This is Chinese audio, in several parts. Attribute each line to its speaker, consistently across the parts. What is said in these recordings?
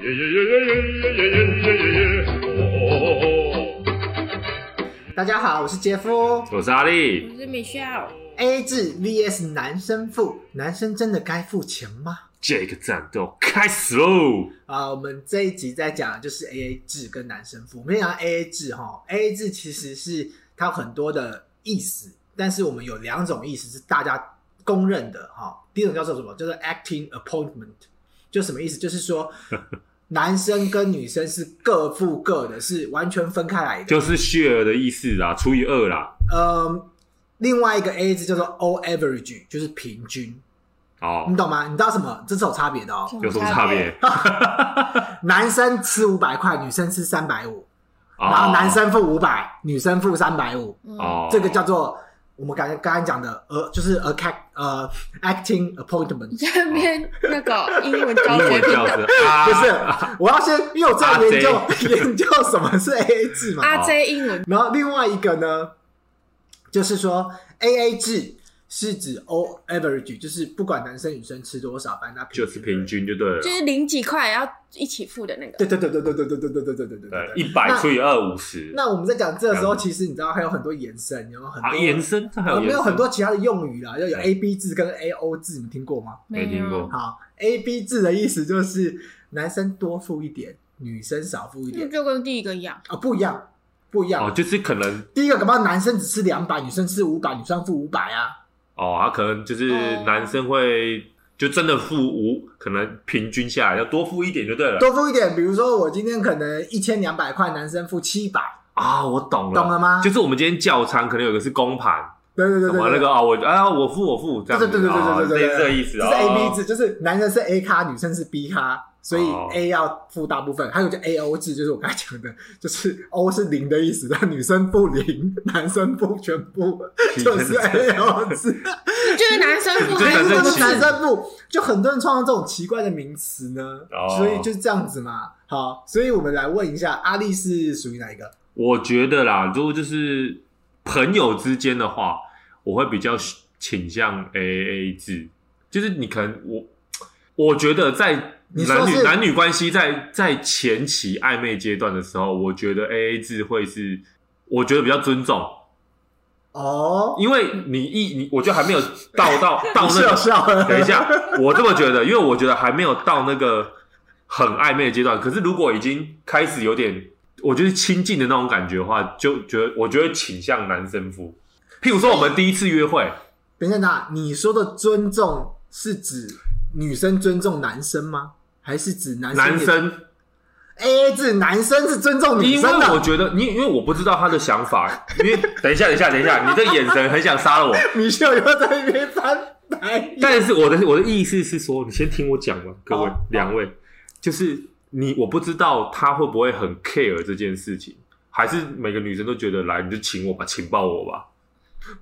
Speaker 1: 耶耶耶耶耶耶耶耶耶耶！哦，
Speaker 2: 大家好，我是杰夫。
Speaker 3: 我是阿力，
Speaker 4: 我是 Michelle，
Speaker 2: A 制 VS 男生付，男生真的该付钱吗？
Speaker 3: 这个战斗开始喽！
Speaker 2: 啊、我们这一集在讲的就是 AA 制跟男生付。我们讲 AA 制哈，AA 制其实是它有很多的意思，但是我们有两种意思是大家公认的哈。第一种叫做什么？叫做 acting appointment，就什么意思？就是说男生跟女生是各付各的，是完全分开来的。
Speaker 3: 就是血儿的意思啦，除以二啦。
Speaker 2: 呃，另外一个 AA 制叫做 all average，就是平均，
Speaker 3: 哦
Speaker 2: 你，懂吗？你知道什么？这是有差别的哦。
Speaker 3: 有什么差别？？
Speaker 2: 男生吃五百块，女生吃三百五，然
Speaker 3: 哦
Speaker 2: 后男生付五百，女生付三百五，
Speaker 4: 嗯，
Speaker 3: 哦，
Speaker 2: 这个叫做我们刚才刚刚讲的呃，就是 a c 呃 acting appointment，
Speaker 4: 这边那个英文教
Speaker 3: 哦英
Speaker 4: 学
Speaker 3: 文
Speaker 4: 频
Speaker 3: 叫
Speaker 4: 道，
Speaker 3: 是 啊，
Speaker 2: 不是，我要先，因为我在研
Speaker 3: 阿
Speaker 2: 究研究什么是 AA 制嘛，
Speaker 3: 哦
Speaker 4: 阿 J 英文
Speaker 2: 然后另外一个呢，就是说 AA 制是指 all average，就是不管男生女生吃多少，反正他
Speaker 3: 就是平。均就对了
Speaker 4: 就。是零几块要一起付的那个，
Speaker 2: 对对对对对对对对对对对对
Speaker 3: 对，
Speaker 2: 对对。
Speaker 3: 一百
Speaker 2: 那
Speaker 3: 除以二五十。
Speaker 2: 那我们在讲这个时候，
Speaker 3: 嗯
Speaker 2: 其实你知道还有很多延伸，有很多、
Speaker 3: 啊，延伸，这还
Speaker 2: 呃
Speaker 3: 有
Speaker 2: 没
Speaker 3: 延
Speaker 2: 有
Speaker 3: 伸
Speaker 2: 很多其他的用语啦，要有 A B 制跟 A O 制，你听过吗？
Speaker 3: 没听
Speaker 4: 啊
Speaker 3: 过。
Speaker 2: 好，A B 制的意思就是男生多付一点，女生少付一
Speaker 4: 那
Speaker 2: 点
Speaker 4: 就跟第一个一样，
Speaker 2: 啊、不一样，不一样。
Speaker 3: 哦，就是可能
Speaker 2: 第一个，搞不好男生只吃两百，女生吃五百，女生付五百啊。
Speaker 3: 哦，他可能就是
Speaker 4: 哦
Speaker 3: 男生会就真的付五，可能平均下来要多付一点就对了。
Speaker 2: 多付一点，比如说我今天可能一千两百块，男生付七百，
Speaker 3: 啊，我懂了，
Speaker 2: 懂了吗
Speaker 3: 就是我们今天教餐可能有一个是公盘，
Speaker 2: 对对对
Speaker 3: 什
Speaker 2: 对
Speaker 3: 么
Speaker 2: 对，
Speaker 3: 那个啊，我啊我付我付这
Speaker 2: 对
Speaker 3: 样子，
Speaker 2: 对对对对对
Speaker 3: 哦
Speaker 2: 对对，
Speaker 3: 这这意思
Speaker 2: 这
Speaker 3: 啊，
Speaker 2: 是 A
Speaker 3: 哦
Speaker 2: B 制，就是男生是 A 咖，女生是 B 咖，所以
Speaker 3: 哦
Speaker 2: A 要付大部分。还有就 A O 制，就是我刚才讲的，就是 O 是零的意思，但女生付零，男生付全部，
Speaker 3: 女
Speaker 2: 就
Speaker 3: 生
Speaker 2: 是 A O 制。
Speaker 4: 就是男生付
Speaker 3: 这
Speaker 4: 还
Speaker 3: 男
Speaker 4: 是
Speaker 3: 生
Speaker 2: 这
Speaker 3: 付
Speaker 2: 是男生付，就很多人创造这种奇怪的名词呢，
Speaker 3: 哦
Speaker 2: 所以就是这样子嘛。好，所以我们来问一下，阿丽是属于哪一个？
Speaker 3: 我觉得啦，如果就是朋友之间的话，我会比较倾向 A A 制，就是你可能我，我觉得在
Speaker 2: 你说
Speaker 3: 男女
Speaker 2: 是
Speaker 3: 男女关系在在前期暧昧阶段的时候，我觉得 A A 制会是我觉得比较尊重，
Speaker 2: 哦，
Speaker 3: 因为你一你我觉得还没有到到 到那
Speaker 2: 笑
Speaker 3: 个，
Speaker 2: 笑 了，
Speaker 3: 等一下，我这么觉得，因为我觉得还没有到那个很暧昧的阶段。可是如果已经开始有点，我觉得亲近的那种感觉的话，就觉得我觉得倾向男生夫。譬如说我们第一次约会，
Speaker 2: 等一下，那你说的尊重是指女生尊重男生吗？还是指男生也？
Speaker 3: 男生，
Speaker 2: A A 制，男生是尊重女
Speaker 3: 因为
Speaker 2: 生
Speaker 3: 我
Speaker 2: 的。
Speaker 3: 觉得你，因为我不知道他的想法，因为等一下，等一下，等一下，你的眼神很想杀了我。
Speaker 2: 你秀又在那边翻白 眼。
Speaker 3: 但是我的我的意思是说，你先听我讲完，各位
Speaker 2: 好
Speaker 3: 两位，就是你我不知道他会不会很 care 这件事情，还是每个女生都觉得来你就请我吧，请抱我吧，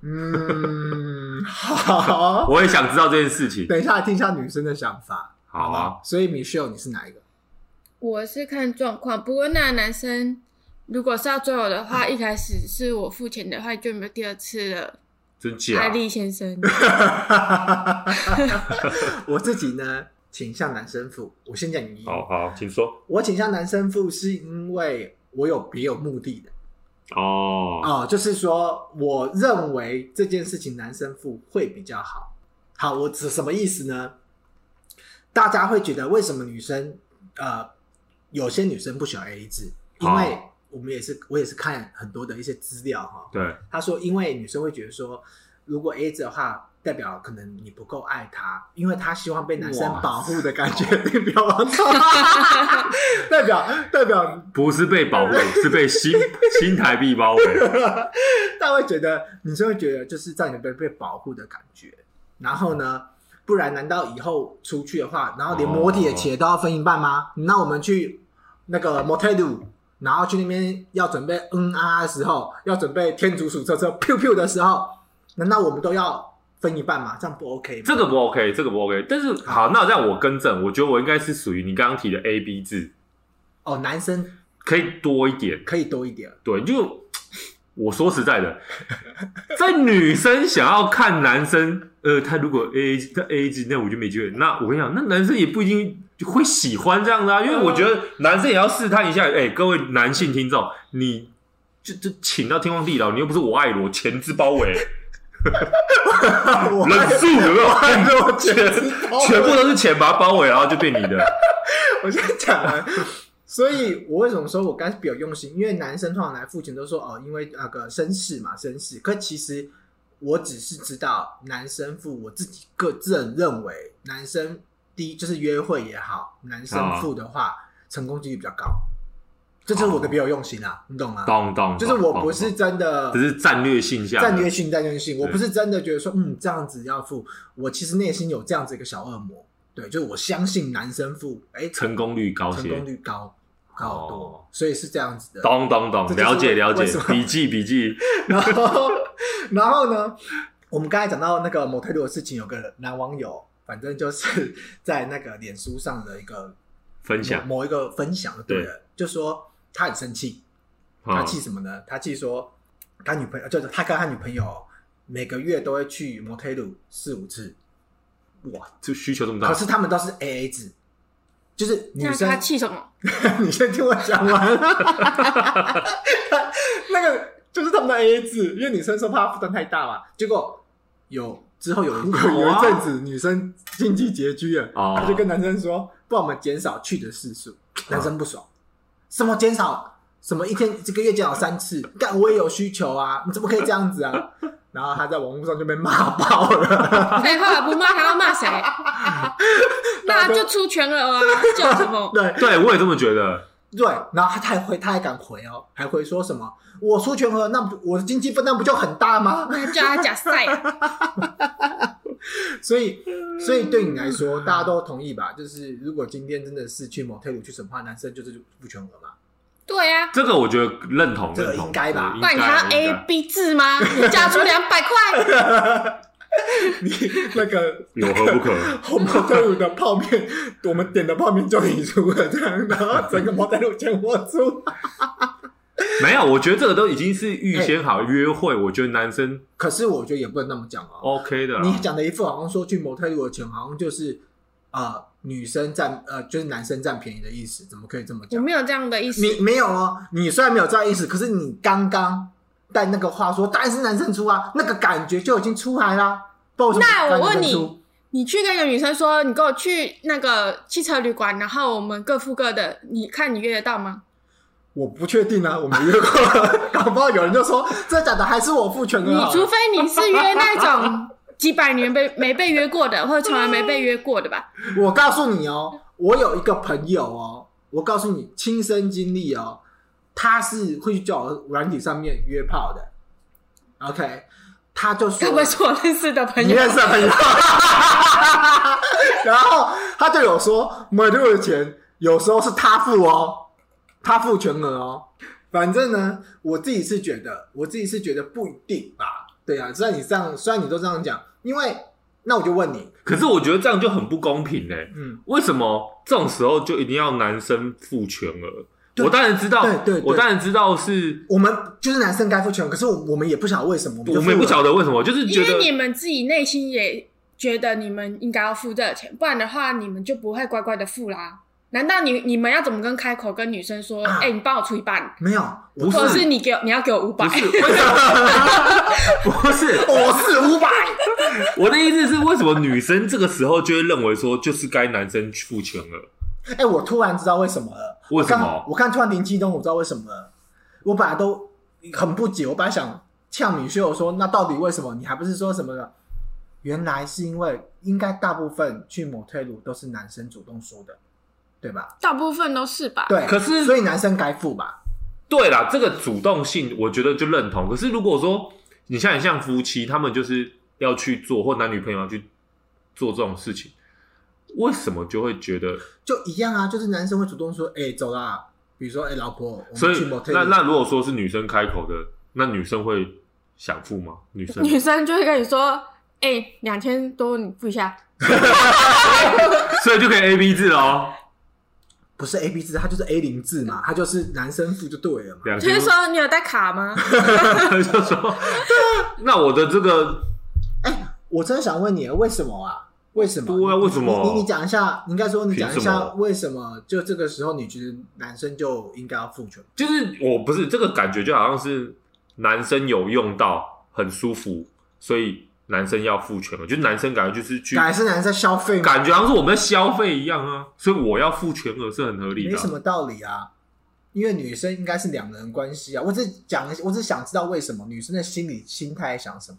Speaker 2: 嗯，好。
Speaker 3: 我也想知道这件事情。
Speaker 2: 等一下，听一下女生的想法。
Speaker 3: 好
Speaker 2: 不
Speaker 3: 啊，
Speaker 2: 所以 Michelle，你是哪一个？
Speaker 4: 我是看状况，不过那男生如果是要追我的话，一开始是我付钱的话，就没有第二次了。
Speaker 3: 真假
Speaker 4: 艾？丽先生，
Speaker 2: 我自己呢，倾向男生付。我先讲你。
Speaker 3: 好好，请说。
Speaker 2: 我倾向男生付是因为我有别有目的的。
Speaker 3: 哦，
Speaker 2: 哦，就是说，我认为这件事情男生付会比较好。好，我指什么意思呢？大家会觉得为什么女生呃，有些女生不喜欢 A A 制？因为
Speaker 3: 好
Speaker 2: 我们也是我也是看很多的一些资料哈，
Speaker 3: 对，
Speaker 2: 他说因为女生会觉得说，如果 A A 制的话，代表可能你不够爱她，因为她希望被男生
Speaker 3: 哇
Speaker 2: 保护的感觉， 代表代表代表
Speaker 3: 不是被保护，是被 新新台币包围。
Speaker 2: 他会觉得女生会觉得就是在你被被保护的感觉。然后呢，不然难道以后出去的话，然后连摩铁的钱都要分一半吗？那我们去那个 motel，然后去那边要准备嗯啊的时候，要准备天竺鼠车车 p u 的时候，难道我们都要分一半吗？这样不 OK 吗？
Speaker 3: 这个不 OK，这个不 OK。但是好，那让我更正，我觉得我应该是属于你刚刚提的 A B 制，
Speaker 2: 哦，男生
Speaker 3: 可以多一点。
Speaker 2: 可以多一点。
Speaker 3: 对，就我说实在的， 在女生想要看男生，呃，他如果 A A 他 A A 制，那我就没机会。那我跟你讲，那男生也不一定会喜欢这样的啊，因为我觉得男生也要试探一下。哎、各位男性听众，你就就请到天荒地老，你又不是我爱罗，前之包围，
Speaker 2: 我
Speaker 3: 忍住有没有？
Speaker 2: 爱罗
Speaker 3: 全
Speaker 2: 包围
Speaker 3: 全部都是钱把它包围，然后就变你的。
Speaker 2: 我先讲完。所以我为什么说我刚才比较用心？因为男生通常来付钱都说哦，因为那个绅士嘛，绅士。可其实我只是知道男生付，我自己个人认为，男生第一就是约会也好，男
Speaker 3: 啊
Speaker 2: 生付的话，成功几率比较高。这就是我的比较用心啊，你懂吗？
Speaker 3: 当当，
Speaker 2: 就是我
Speaker 3: 哦懂
Speaker 2: 不是，
Speaker 3: 懂
Speaker 2: 真的
Speaker 3: 只是战略性下的
Speaker 2: 战略性战略性，我不是真的觉得说嗯这样子要付，我其实内心有这样子一个小恶魔，对，就是我相信男生付，哎、
Speaker 3: 成功率高
Speaker 2: 成
Speaker 3: 些。
Speaker 2: 功率高高好多，
Speaker 3: 哦
Speaker 2: 所以是这样子的。
Speaker 3: 懂懂懂，
Speaker 2: 这就是
Speaker 3: 了解了
Speaker 2: 为
Speaker 3: 解
Speaker 2: 什么，
Speaker 3: 笔记笔记，
Speaker 2: 然后， 然后呢，我们刚才讲到那个某推路的事情，有个男网友，反正就是在那个脸书上的一个
Speaker 3: 分 享。
Speaker 2: 某某一个分享，对了，就说他很生气，他
Speaker 3: 啊
Speaker 2: 气什么呢？他气说他女朋友，就是他跟他女朋友每个月都会去摩天路四五次，哇！
Speaker 3: 就需求这么大
Speaker 2: 可，是他们都是 A A 制，就是女
Speaker 4: 那
Speaker 2: 生
Speaker 4: 他气什么？
Speaker 2: 你先听我讲完。 那个就是他们的 AA 制，因为女生说怕负担太大嘛。结果有之 后有有一啊阵子女生经济拮据了，
Speaker 3: 哦
Speaker 2: 她就跟男生说，不然我们减少去的次数。男生不爽，什么减少？什么一天这个月减少三次？干我也有需求啊，你怎么可以这样子啊？ 然后他在网络上就被骂爆了。
Speaker 4: 哎，后来不骂他要 骂谁？那就出全额啊，叫什么？
Speaker 2: 对，
Speaker 3: 对我也这么觉得。
Speaker 2: 对，然后他还回，他还敢回哦，还回说什么我出全额，那不我的经济分担不就很大吗？
Speaker 4: 那叫他假赛。
Speaker 2: 所以，所以对你来说，大家都同意吧？就是如果今天真的是去某 o t 去什么话，男生就是付全额嘛。
Speaker 4: 对啊呀、
Speaker 3: 这个我觉得认同，
Speaker 2: 这个
Speaker 3: 认同
Speaker 2: 应该吧
Speaker 4: 不
Speaker 3: 应
Speaker 4: 然
Speaker 3: 该
Speaker 4: 你还要 A
Speaker 3: 应
Speaker 4: B 制吗？你加出两百块，
Speaker 2: 你那个
Speaker 3: 该有何不可？
Speaker 2: 红毛特鲁的泡面，我们点的泡面就你出了，这样，然后整个毛特鲁全我出。
Speaker 3: 没有，我觉得这个都已经是预先好约会，我觉得男生
Speaker 2: 可是我觉得也不能那么讲哦。
Speaker 3: OK 的啦。
Speaker 2: 你讲的一副好像说去某 o t 的钱好像就是呃女生占呃就是男生占便宜的意思，怎么可以这么
Speaker 4: 我
Speaker 2: 讲？
Speaker 4: 没有这样的意思。
Speaker 2: 你没有哦，你虽然没有这样意思，可是你刚刚带那个话说当然是男生出啊，那个感觉就已经出来啦。不知道为什么
Speaker 4: 那我问
Speaker 2: 男生出
Speaker 4: 你，你去跟一个女生说，你跟我去那个汽车旅馆，然后我们各付各的，你看你约得到吗？
Speaker 2: 我不确定啊，我没约过， 搞不好有人就说这假的啊还是我付全额
Speaker 4: 你
Speaker 2: 好了。
Speaker 4: 除非你是约那种几百年被没被约过的，或者从来没被约过的吧？
Speaker 3: 嗯
Speaker 2: 我告诉你哦，我有一个朋友哦，我告诉你亲身经历哦，他是会去叫软体上面约炮的。OK，他就说
Speaker 4: 该不会是我认识的 朋
Speaker 2: 你
Speaker 4: 友？
Speaker 2: 认识的 朋友，然后他就有说买这个钱有时候是他付哦，他付全额哦。反正呢，我自己是觉得，我自己是觉得不一定吧。对啊，虽然你这样，虽然你都这样讲，因为那我就问你，
Speaker 3: 可是我觉得这样就很不公平嘞、
Speaker 2: 嗯，
Speaker 3: 为什么这种时候就一定要男生付全额？
Speaker 2: 对
Speaker 3: 我当然知道，
Speaker 2: 对对对
Speaker 3: 我当然知道是，
Speaker 2: 我们就是男生该付全额，可是我我们也不晓得为什么，
Speaker 3: 我们也不晓得为什么，就是
Speaker 4: 因
Speaker 3: 觉
Speaker 4: 为你
Speaker 3: 得
Speaker 4: 们自己内心也觉得你们应该要付这个钱，不然的话你们就不会乖乖的付啦。难道你你们要怎么跟开口跟女生说？
Speaker 2: 啊
Speaker 4: 哎、你帮我出一半，
Speaker 2: 没有，我
Speaker 3: 不是
Speaker 4: 或者是你给我你要给我五百
Speaker 3: 不？是，为什么 不是，
Speaker 2: 我是五百，
Speaker 3: 我的意思是，为什么女生这个时候就会认为说，就是该男生付全额？
Speaker 2: 哎、我突然知道为什么了。
Speaker 3: 为什
Speaker 2: 我刚
Speaker 3: 么？
Speaker 2: 我看突然灵机一动，我知道为什么了。我本来都很不解，我本来想呛米秀说，那到底为什么？你还不是说什么的？原来是因为应该大部分去某退路都是男生主动说的，对吧？
Speaker 4: 大部分都是吧？
Speaker 2: 对，
Speaker 3: 啊可是
Speaker 2: 所以男生该付吧？
Speaker 3: 对啦，这个主动性，我觉得就认同。可是如果说你像你像夫妻，他们就是要去做，或男女朋友要去做这种事情，为什么就会觉得？
Speaker 2: 就一样啊，就是男生会主动说，哎、走啦，比如说，哎、老婆，我
Speaker 3: 所
Speaker 2: 们
Speaker 3: 以
Speaker 2: 去某退路
Speaker 3: 那。那如果说是女生开口的，那女生会想付吗？女生
Speaker 4: 女生就会跟你说：“哎、两千多你付一下。
Speaker 3: 所以就可以 A B 制了哦。
Speaker 2: 不是 A B 字，它就是 A 零字嘛，它就是男生付就对了嘛。
Speaker 3: 两
Speaker 4: 所
Speaker 3: 千
Speaker 4: 以说你有带卡 吗？
Speaker 3: 就说，那我的这个
Speaker 2: 我真的想问你，为什么啊？为什么？
Speaker 3: 对啊为什么
Speaker 2: 你你你讲一下，你应该说你讲一
Speaker 3: 凭什
Speaker 2: 下
Speaker 3: 么
Speaker 2: 为什么？就这个时候，你觉得男生就应该要付全？
Speaker 3: 就是我不是这个感觉，就好像是男生有用到很舒服，所以男生要付全额，就是男生感觉就是去
Speaker 2: 本来是男生在消费嘛，
Speaker 3: 感觉好像是我们在消费一样啊，所以我要付全额是很合理
Speaker 2: 没
Speaker 3: 的啊、
Speaker 2: 什么道理啊。因为女生应该是两人关系啊。我只讲，我只想知道为什么女生的心理心态想什么。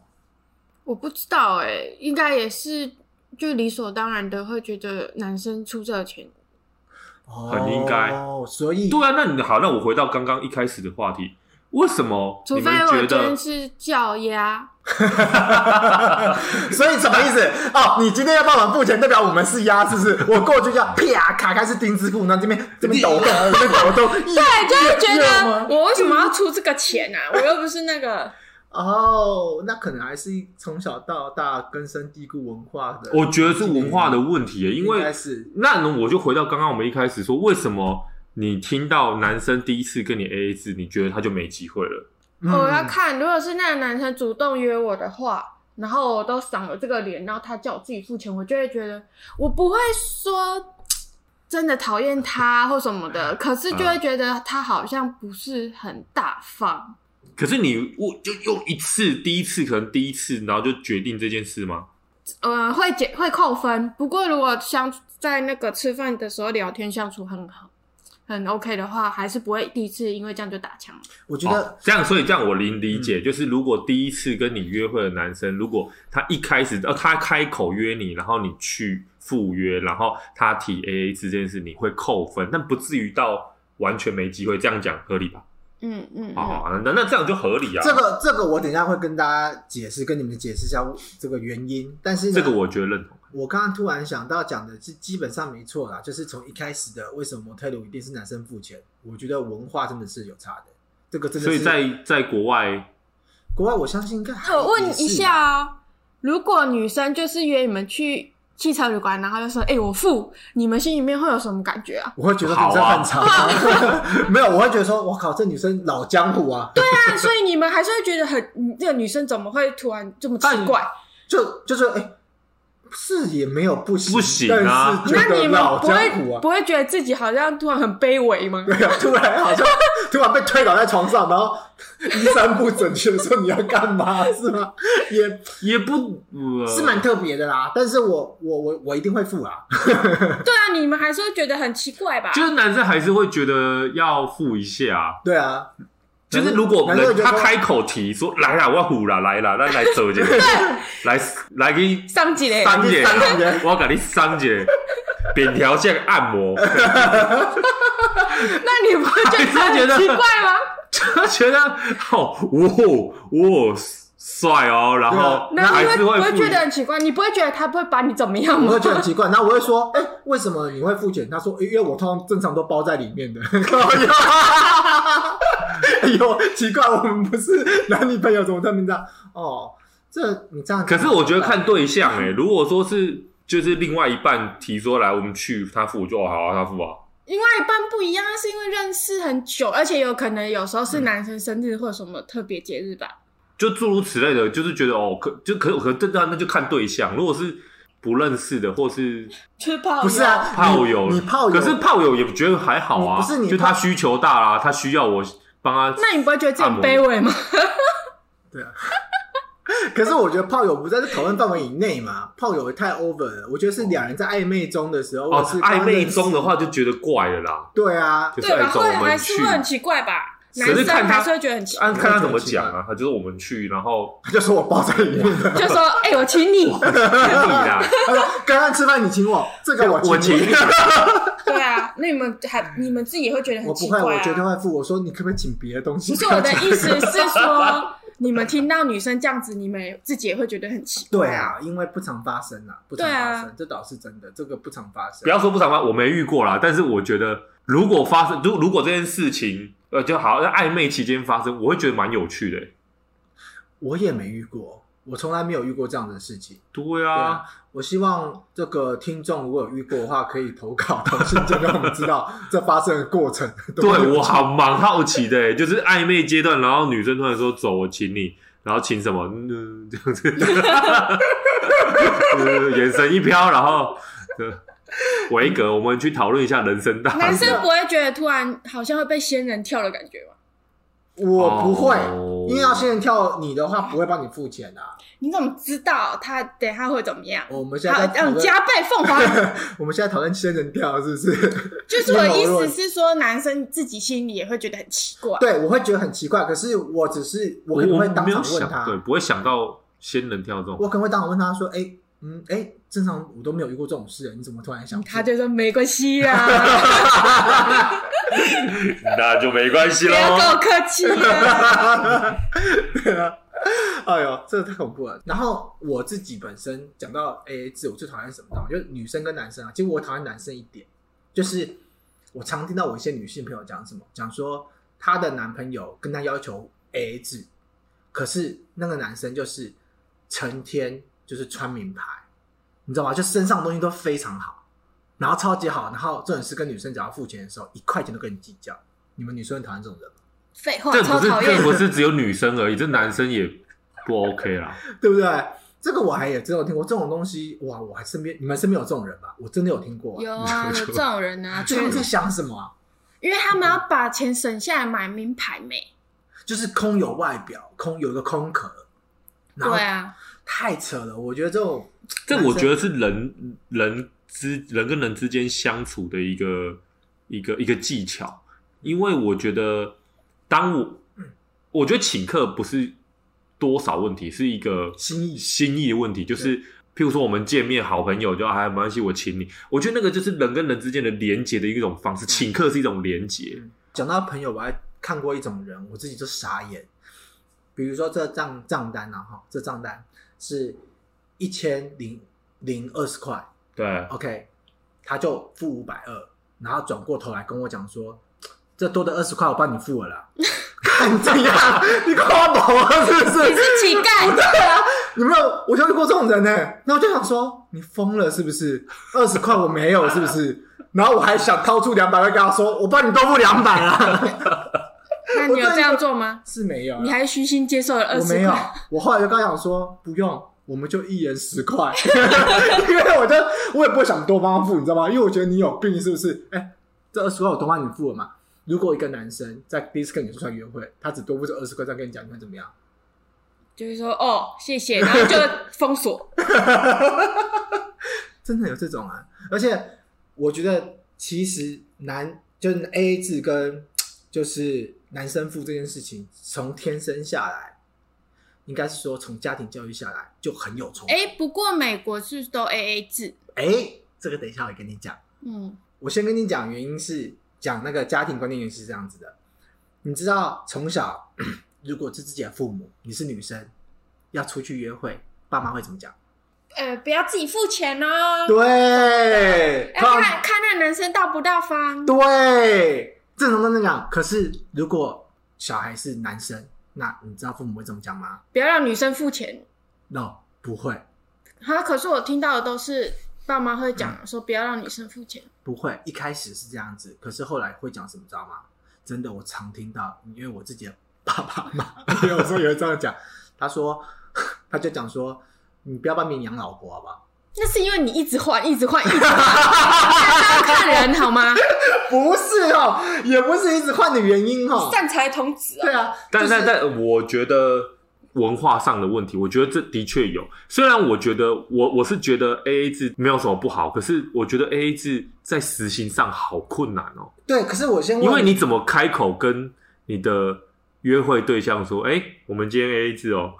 Speaker 4: 我不知道哎、应该也是就理所当然的会觉得男生出这个钱，
Speaker 2: 哦，
Speaker 3: 很应该。
Speaker 2: 所以
Speaker 3: 对啊，那你好，那我回到刚刚一开始的话题，为什么
Speaker 4: 除
Speaker 3: 你
Speaker 4: 非
Speaker 3: 们
Speaker 4: 我
Speaker 3: 觉
Speaker 4: 今
Speaker 3: 得
Speaker 4: 天是叫鸭，
Speaker 2: 所以什么意思？哦，你今天要帮我们付钱，代表我们是鸭，是不是？我过去就要啪卡开是丁字裤，然后这边这边抖动，这边抖动，
Speaker 4: 对，就会觉
Speaker 2: 要吗
Speaker 4: 得我为什么要出这个钱啊？我又不是那个，
Speaker 2: 哦，那可能还是从小到大根深蒂固文化的。
Speaker 3: 我觉得是文化的问题耶，因
Speaker 2: 应该
Speaker 3: 为
Speaker 2: 是
Speaker 3: 那呢我就回到刚刚我们一开始说，为什么你听到男生第一次跟你 AA 制，你觉得他就没机会了？
Speaker 4: 哦
Speaker 2: 嗯
Speaker 4: 我要看，如果是那个男生主动约我的话，然后我都赏了这个脸，然后他叫我自己付钱，我就会觉得我不会说真的讨厌他或什么的，可是就会觉得他好像不是很大方。
Speaker 3: 可是你我就用一次，第一次可能第一次，然后就决定这件事吗？
Speaker 4: 呃，会减会扣分，不过如果相在那个吃饭的时候聊天相处很好，很 OK 的话，还是不会第一次因为这样就打枪。
Speaker 2: 我觉得
Speaker 3: 哦、这样，所以这样我理理
Speaker 2: 嗯
Speaker 3: 解，就是如果第一次跟你约会的男生，如果他一开始呃他开口约你，然后你去赴约，然后他提 A A 制这件事，你会扣分，但不至于到完全没机会。这样讲合理吧？
Speaker 4: 嗯嗯嗯，
Speaker 3: 哦，那那这样就合理啊。
Speaker 2: 这个这个我等一下会跟大家解释，跟你们解释一下这个原因。但是呢
Speaker 3: 这个我觉得认同。
Speaker 2: 我刚刚突然想到讲的是基本上没错啦，就是从一开始的为什么摩天轮一定是男生付钱，我觉得文化真的是有差的，这个真的
Speaker 3: 所
Speaker 2: 是。
Speaker 3: 以在在国外，
Speaker 2: 国外，我相信应该还
Speaker 4: 那我问
Speaker 2: 也是
Speaker 4: 一下哦，如果女生就是约你们去汽车旅馆，然后就说“哎、我付”，你们心里面会有什么感觉啊？
Speaker 2: 我会觉得女生很长， 没有，我会觉得说，我靠，这女生老江湖啊， 对，
Speaker 4: 对啊，所以你们还是会觉得很，嗯这个女生怎么会突然这么奇怪？
Speaker 2: 就就是哎、是也没有不行，
Speaker 3: 不行啊
Speaker 2: 但是 觉
Speaker 4: 那
Speaker 2: 得
Speaker 4: 你们
Speaker 2: 老
Speaker 4: 不
Speaker 2: 江
Speaker 4: 会
Speaker 2: 湖啊，
Speaker 4: 不会觉得自己好像突然很卑 微吗？
Speaker 2: 对啊，突然好像突然被推倒在床上，然后衣衫不整齐的说你要干嘛是吗？也
Speaker 3: 也不、呃、
Speaker 2: 是蛮特别的啦，但是我我我我一定会付啊，
Speaker 4: 对啊，你们还是会觉得很奇怪吧？
Speaker 3: 就是男生还是会觉得要付一下、啊。
Speaker 2: 对 啊，
Speaker 3: 就是如果
Speaker 2: 男生会
Speaker 3: 人
Speaker 2: 觉得
Speaker 3: 他
Speaker 2: 说
Speaker 3: 开口提说来啦，我虎啦，来啦，那来走去，来来给你
Speaker 4: 上级嘞，
Speaker 3: 三姐，
Speaker 2: 三姐
Speaker 3: 我给你三姐，扁条线按摩，
Speaker 4: 那你不会觉得
Speaker 3: 觉得
Speaker 4: 很奇怪吗？
Speaker 3: 就觉得哦，哇哇帅哦，然后
Speaker 4: 那你
Speaker 3: 还
Speaker 4: 会
Speaker 3: 是
Speaker 4: 不会
Speaker 3: 付
Speaker 4: 觉得很奇怪？你不会觉得他会把你怎么样
Speaker 2: 我
Speaker 4: 吗
Speaker 2: 会？觉得很奇怪，然后我会说，哎、为什么你会付钱？他说，哎因为我通常正常都包在里面的。 哎呦， 奇怪，我们不是男女朋友，怎么在明道？哦，这你这样，
Speaker 3: 可是我觉得看对象哎、如果说是就是另外一半提说来我们去，他付我就哦好啊，他付啊，
Speaker 4: 另外一半不一样，是因为认识很久，而且有可能有时候是男生生日或什么特别节日吧。
Speaker 3: 就诸如此类的，就是觉得哦可就可可这那那就看对象，如果是不认识的或是
Speaker 4: 吃 泡
Speaker 2: 不是啊，
Speaker 3: 炮友，
Speaker 2: 你你炮
Speaker 3: 可
Speaker 2: 友，
Speaker 3: 是炮友也觉得还好啊，
Speaker 2: 你不是你
Speaker 3: 就
Speaker 2: 炮
Speaker 3: 他需求大啦、他需要我帮他。
Speaker 4: 那你不会觉得自己很卑微 吗？
Speaker 2: 对啊。 可是我觉得炮友不在这讨论范围以内嘛，炮友也太 over 了。我觉得是两人在暧昧中的时候，
Speaker 3: 哦
Speaker 2: 或者是，刚
Speaker 3: 暧昧
Speaker 2: 认识
Speaker 3: 中的，话就觉得怪了啦，
Speaker 2: 对啊，
Speaker 3: 就是
Speaker 4: 对
Speaker 3: 暧
Speaker 4: 吧？会
Speaker 3: 昧我
Speaker 4: 还
Speaker 3: 们
Speaker 4: 是
Speaker 3: 去
Speaker 4: 会，很奇怪吧？
Speaker 3: 只
Speaker 4: 男
Speaker 3: 是
Speaker 4: 生
Speaker 3: 看他
Speaker 4: 还是会觉得很奇怪，
Speaker 3: 按看他怎么讲啊，他就是我们去，然后
Speaker 2: 他就说我包在 里面的。
Speaker 4: 就说：“ 哎、我请 你。
Speaker 3: 你啦，
Speaker 2: 他说刚刚吃饭你请我，这个我
Speaker 3: 我请
Speaker 2: 请你
Speaker 3: 你，”
Speaker 4: 对啊，那你们还你们自己也会觉得很
Speaker 2: 我不
Speaker 4: 奇
Speaker 2: 会，
Speaker 4: 怪、啊。
Speaker 2: 我绝对会付。我说你可不可以请别的东西？
Speaker 4: 不是我的意思是说，你们听到女生这样子，你们也自己也会觉得很奇怪。
Speaker 2: 对，啊，因为不常发生啊，不常发生，这倒是真的，这个不常发生。
Speaker 3: 不要说不常发，我没遇过啦，但是我觉得如果发生，如如果这件事情，呃，就好像在暧昧期间发生，我会觉得蛮有趣的欸、
Speaker 2: 我也没遇过，我从来没有遇过这样的事情。
Speaker 3: 对
Speaker 2: 对
Speaker 3: 啊
Speaker 2: 啊，，我希望这个听众如果有遇过的话，可以投稿投信，就让我们知道这发生的 过程。
Speaker 3: 对我好蛮好奇的欸，就是暧昧阶段，然后女生突然说走，我请你，然后请什么？嗯，这样子，呃眼神一飘，然后。呃维格，我们去讨论一下人生大事。
Speaker 4: 男生不会觉得突然好像会被仙人跳的感觉吗？
Speaker 2: 我不会
Speaker 3: 哦，
Speaker 2: 因为要仙人跳你的话，不会帮你付钱啊。
Speaker 4: 你怎么知道他等一下会怎么样？
Speaker 2: 我们现在
Speaker 4: 他
Speaker 2: 在讨
Speaker 4: 嗯，
Speaker 2: 论，
Speaker 4: 加倍奉还。
Speaker 2: 我们现在讨论仙人跳是不是？
Speaker 4: 就是我的意
Speaker 2: 阴谋论
Speaker 4: 思是说，男生自己心里也会觉得很奇怪。
Speaker 2: 对，我会觉得很奇怪。可是我只是我
Speaker 3: 我
Speaker 2: 可能会
Speaker 3: 我
Speaker 2: 当
Speaker 3: 没有
Speaker 2: 场问
Speaker 3: 想，
Speaker 2: 他，
Speaker 3: 对，不会想到仙人跳这种。
Speaker 2: 我可能会当场问他说：“哎、嗯，哎、正常我都没有遇过这种事，你怎么突然想？”
Speaker 4: 嗯他就说没关系啊，
Speaker 3: 那就没关系
Speaker 4: 不
Speaker 3: 咯
Speaker 4: 要跟我客 气啊。
Speaker 2: 对啊， 哎呦，这个太恐怖了。然后我自己本身讲到 AA 制，我最讨厌什么？知道吗？就是女生跟男生啊。其实我讨厌男生一点，就是我常听到我一些女性朋友讲什么，讲说她的男朋友跟她要求 AA 制，可是那个男生就是成天就是穿名牌，你知道吗？就身上的东西都非常好。然后超级好，然后这种是跟女生只要付钱的时候，一块钱都跟你计较。你们女生很讨厌这种人吗，
Speaker 4: 废话，
Speaker 3: 这
Speaker 4: 超
Speaker 3: 不是
Speaker 4: 讨
Speaker 3: 这
Speaker 4: 厌。
Speaker 3: 不是只有女生而已，这男生也不 OK 啦。
Speaker 2: 对不对？这个我还也真有听过，这种东西哇，我还身边你们身边有这种人吧？我真的有听过、
Speaker 4: 有啊，有这种人啊，
Speaker 2: 就
Speaker 4: 就是
Speaker 2: 他们在
Speaker 4: 是
Speaker 2: 想什么啊、
Speaker 4: 因为他们要把钱省下来买名牌妹。
Speaker 2: 就是空有外表，空有一个空壳，然后
Speaker 4: 对啊，
Speaker 2: 太扯了。我觉得这种
Speaker 3: 这我觉得是人人之人跟人之间相处的一个一个一个技巧，因为我觉得当我我觉得请客不是多少问题，是一个
Speaker 2: 心意
Speaker 3: 心意的问题，就是。譬如说，我们见面，好朋友就哎，没关系，我请你。我觉得那个就是人跟人之间的连接的一种方式，
Speaker 2: 嗯
Speaker 3: 请客是一种连接。
Speaker 2: 讲到朋友，我还看过一种人，我自己就傻眼。比如说这账账单啊，哈，这账单是一千零零二十块，
Speaker 3: 对，
Speaker 2: OK，他就付五百二，然后转过头来跟我讲说：“这多的二十块我帮你付了 啦。”看这样，你夸我啊是不
Speaker 4: 你
Speaker 2: 是？
Speaker 4: 是乞丐，
Speaker 2: 你没有，我就遇过这种人呢、然后我就想说，你疯了是不是？二十块我没有是不是？然后我还想掏出两百块跟他说：“我帮你多付两百啊啦。
Speaker 4: 那你有这样做吗”？
Speaker 2: 是没有啦，啊
Speaker 4: 你还虚心接受了二
Speaker 2: 我
Speaker 4: 十
Speaker 2: 没有
Speaker 4: 块？，
Speaker 2: 我后来就跟他讲说不用，我们就一人十块， 因为我就我也不会想多帮他付，你知道吗？因为我觉得你有病是不是？哎、这二十块我都帮你付了嘛。如果一个男生在第一次跟女生出来约会，他只多付这二十块，这样跟你讲，你会怎么样？
Speaker 4: 就是说哦，谢谢，然后就封锁。
Speaker 2: 真的有这种啊！而且我觉得其实男就是 A A 制跟就是男生付这件事情，从天生下来，应该是说从家庭教育下来就很有冲突。
Speaker 4: 哎，不过美国是都 A A 制，
Speaker 2: 哎、这个等一下我跟你讲。
Speaker 4: 嗯，
Speaker 2: 我先跟你讲原因是讲那个家庭观念也是这样子的。你知道从小如果是自己的父母，你是女生要出去约会，爸妈会怎么讲？
Speaker 4: 呃，不要自己付钱哦。
Speaker 2: 对，
Speaker 4: 要
Speaker 2: 他
Speaker 4: 看看那男生大不大方。
Speaker 2: 对，正常都这样讲。可是如果小孩是男生，那你知道父母会怎么讲吗
Speaker 4: 不要让女生付钱。
Speaker 2: ？No，不会，
Speaker 4: 哈，可是我听到的都是爸妈会讲
Speaker 2: 嗯
Speaker 4: 说不要让女生付钱。
Speaker 2: 不会。一开始是这样子，可是后来会讲什么，知道吗？真的，我常听到，因为我自己的爸爸妈 妈有时候也会这样讲。他说， 他就讲说，你不要帮别人养老婆，好不好？
Speaker 4: 那是因为你一直换，一直换，一直换，那是要看人好吗？
Speaker 2: 不是哦，也不是一直换的原因哦。
Speaker 4: 善财童子
Speaker 2: 对
Speaker 4: 啊，
Speaker 2: 啊，
Speaker 3: 但
Speaker 2: 就是
Speaker 3: 但但，我觉得文化上的问题，我觉得这的确有。虽然我觉得我我是觉得 A A 制没有什么不好，可是我觉得 A A 制在实行上好困难哦，
Speaker 2: 对，可是我先问，
Speaker 3: 因为你怎么开口跟你的约会对象说，哎、我们今天 A A 制哦，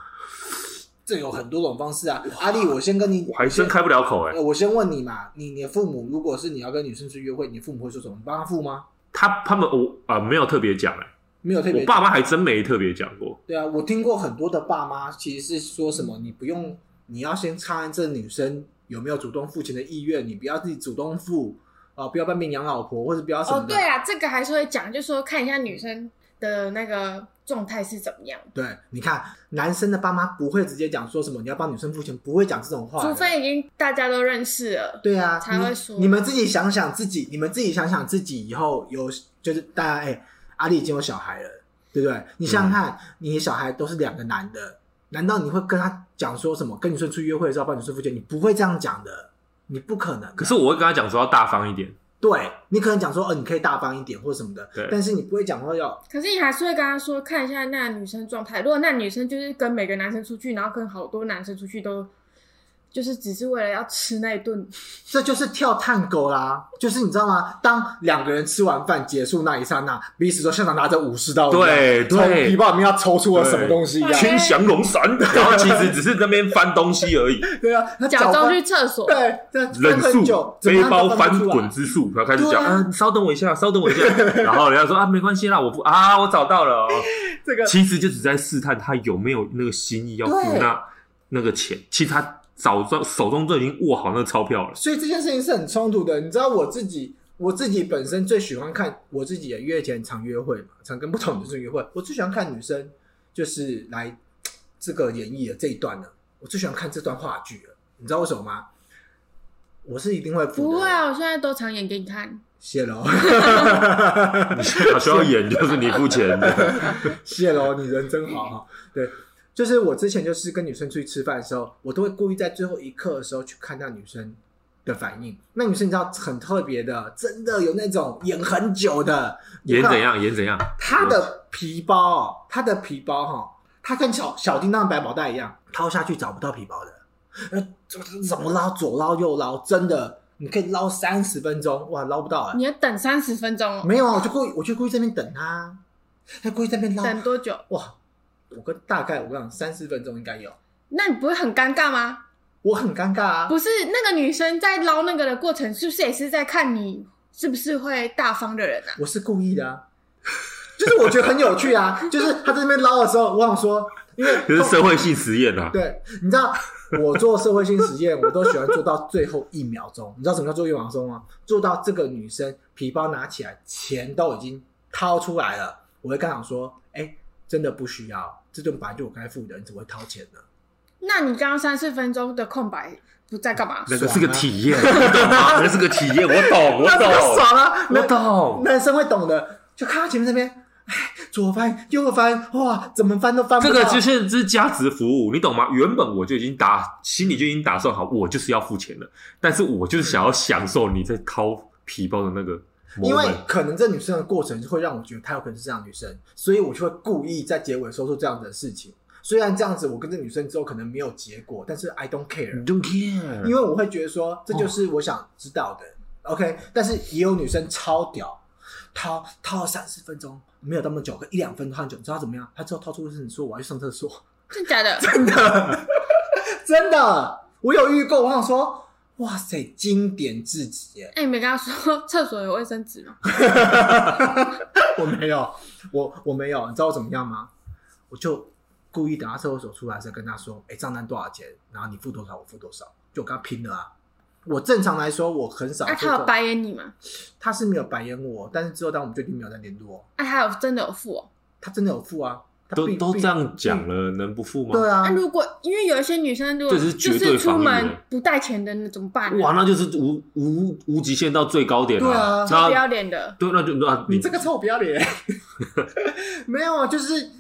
Speaker 2: 这有很多种方式啊。阿丽，我先跟你，
Speaker 3: 我还真开不了口哎、
Speaker 2: 呃我先问你嘛，你你的父母如果是你要跟女生去约会，你父母会说什么？你帮他付吗？
Speaker 3: 他他们我啊、没有特别讲哎，
Speaker 2: 没有特别
Speaker 3: 我
Speaker 2: 讲，
Speaker 3: 爸妈还真没特别讲过。
Speaker 2: 对啊，我听过很多的爸妈其实是说什么，你不用，你要先看这女生有没有主动付钱的意愿，你不要自己主动付啊、不要半边养老婆或者不要什么
Speaker 4: 哦，
Speaker 2: 的。
Speaker 4: 对啊，这个还是会讲，就说看一下女生的那个状态是怎么样，
Speaker 2: 对，你看男生的爸妈不会直接讲说什么你要帮女生付钱，不会讲这种话的，
Speaker 4: 除非已经大家都认识了，
Speaker 2: 对啊，
Speaker 4: 才会说
Speaker 2: 你。你们自己想想自己，你们自己想想自己以后有，就是大家哎、阿丽已经有小孩了，对不对？你
Speaker 3: 嗯
Speaker 2: 想想看，你小孩都是两个男的，难道你会跟他讲说什么？跟女生出去约会的时候帮女生付钱？你不会这样讲的，你不可能的。
Speaker 3: 可是我会跟他讲说要大方一点，
Speaker 2: 对你可能讲说哦，你可以大方一点或什么的
Speaker 3: 对，
Speaker 2: 但是你不会讲说要
Speaker 4: 可是你还是会跟他说看一下那女生状态。如果那女生就是跟每个男生出去，然后跟好多男生出去都，就是只是为了要吃那一顿，
Speaker 2: 这就是跳探戈啦，就是你知道吗？当两个人吃完饭结束那一刹那，彼此都像拿着武士刀一样，
Speaker 3: 对
Speaker 2: 从
Speaker 3: 对
Speaker 2: 皮包里面要抽出了什么东西一
Speaker 4: 对
Speaker 2: 样。
Speaker 3: 清降龙闪， 然后其实只是那边翻东西而已，
Speaker 2: 对啊，他
Speaker 4: 假装
Speaker 2: 翻
Speaker 4: 去 厕所，
Speaker 3: 啊
Speaker 2: 对，这
Speaker 3: 忍
Speaker 2: 翻很
Speaker 3: 术
Speaker 2: 久，怎么
Speaker 3: 背
Speaker 2: 样
Speaker 3: 包
Speaker 2: 都
Speaker 3: 翻
Speaker 2: 不出来
Speaker 3: 滚之术，然后开始
Speaker 2: 对
Speaker 3: 讲，
Speaker 2: 啊
Speaker 3: 嗯，稍等我一下，稍等我一下， 然后人家说啊，没关系啦，我不啊，我找到 了哦，
Speaker 2: 这个
Speaker 3: 其实就只在试探他有没有那个心意要付
Speaker 2: 对
Speaker 3: 那那个钱，其实他早中手中就已经握好那个钞 票了。
Speaker 2: 所以这件事情是很冲突的。你知道我自己，我自己本身最喜欢看我自己的约前常约会嘛，常跟不同女生约会。我最喜欢看女生就是来这个演绎的这一段了，我最喜欢看这段话剧了。你知道为什么吗？我是一定会付
Speaker 4: 不
Speaker 2: 的
Speaker 4: 会，啊，我现在都常演给你看。
Speaker 2: 谢喽，
Speaker 3: 他需要演就是你付钱 的，
Speaker 2: 谢喽，你人真好哈。
Speaker 3: 嗯
Speaker 2: 对，就是我之前就是跟女生出去吃饭的时候，我都会故意在最后一刻的时候去看那女生的反应。那女生你知道很特别的，真的有那种演很久的，
Speaker 3: 演怎？样嗯演怎样，
Speaker 2: 她的皮包哦，她的皮包哈、她跟小小叮当百宝袋一样，掏下去找不到皮包的，呃，怎么怎么捞，左捞右捞，真的，你可以捞三十分钟，哇，捞不到哎、
Speaker 4: 你要等三十分钟哦，
Speaker 2: 没有啊，我就故意，我就故意这边等她，她故意这边捞，
Speaker 4: 等多久？
Speaker 2: 哇，我跟大概我跟你讲三四分钟应该有，
Speaker 4: 那你不会很尴尬吗？
Speaker 2: 我很尴尬啊，
Speaker 4: 不是，那个女生在捞那个的过程，是不是也是在看你是不是会大方的人啊？
Speaker 2: 我是故意的、啊，就是我觉得很有趣啊，就是她在那边捞的时候，我想说，因为
Speaker 3: 就是社会性实验啊。
Speaker 2: 对，你知道我做社会性实验，我都喜欢做到最后一秒钟。你知道什么叫做一秒钟吗？做到这个女生皮包拿起来，钱都已经掏出来了，我会跟她讲说：“哎、真的不需要，这顿本来就我该付的，你怎么会掏钱呢
Speaker 4: 那你刚刚三四分钟的空白不在干嘛？
Speaker 3: 那个是个体验，你懂吗？那是个体验，我懂，？”我
Speaker 2: 那这个
Speaker 3: 懂，
Speaker 2: 爽啊！
Speaker 3: 我
Speaker 2: 男
Speaker 3: 懂。
Speaker 2: 男生会懂的，就看到前面那边，哎，左翻右翻，哇，怎么翻都翻不
Speaker 3: 这
Speaker 2: 到。
Speaker 3: 个就是这是价值服务，你懂吗？原本我就已经打心里就已经打算好，我就是要付钱了，但是我就是想要享受你在掏皮包的那个
Speaker 2: 因为
Speaker 3: moment。
Speaker 2: 可能这女生的过程会让我觉得她有可能是这样的女生，所以我就会故意在结尾说出这样子的事情。虽然这样子我跟这女生之后可能没有结果，但是 I don't care，、
Speaker 3: don't care，
Speaker 2: 因为我会觉得说这就是我想知道的。OK，但是也有女生超屌，掏掏了三十分钟，没有那么久，可一两分钟很久，你知道她怎么样？她之后掏出卫生纸说我要去上厕所，
Speaker 4: 真假 的？
Speaker 2: 真的，我有遇过，我想说。哇塞，经典至极耶！
Speaker 4: 哎、你没跟他说厕所有卫生纸吗？
Speaker 2: 我没有，我我没有，你知道我怎么样吗？我就故意等他厕所出来的时候跟他说：“哎、账单多少钱？然后你付多少，我付多少。”就我跟他拼了啊！我正常来说我很少
Speaker 3: 啊
Speaker 4: 那、
Speaker 2: 做这种，
Speaker 4: 他啊有白眼你吗？
Speaker 2: 他是没有白眼我，但是之后当我们决定没有再联络，
Speaker 4: 那、啊他有真的有付哦？
Speaker 2: 他真的有付啊，他
Speaker 3: 都
Speaker 2: 并
Speaker 3: 都
Speaker 2: 并
Speaker 3: 这样讲了，能不付吗？
Speaker 2: 对啊
Speaker 4: 那、，如果因为有一些女生如果
Speaker 3: 这是
Speaker 4: 就
Speaker 3: 绝对
Speaker 4: 是出
Speaker 3: 防御的
Speaker 4: 门不带钱的，那怎么办呢？
Speaker 3: 哇，那就是无无无极限到最高点
Speaker 2: 啊对啊
Speaker 3: 了。
Speaker 4: 超不要
Speaker 3: 那
Speaker 4: 脸的，
Speaker 3: 对，那就那
Speaker 2: 你这个臭不要脸！ 没有啊，就是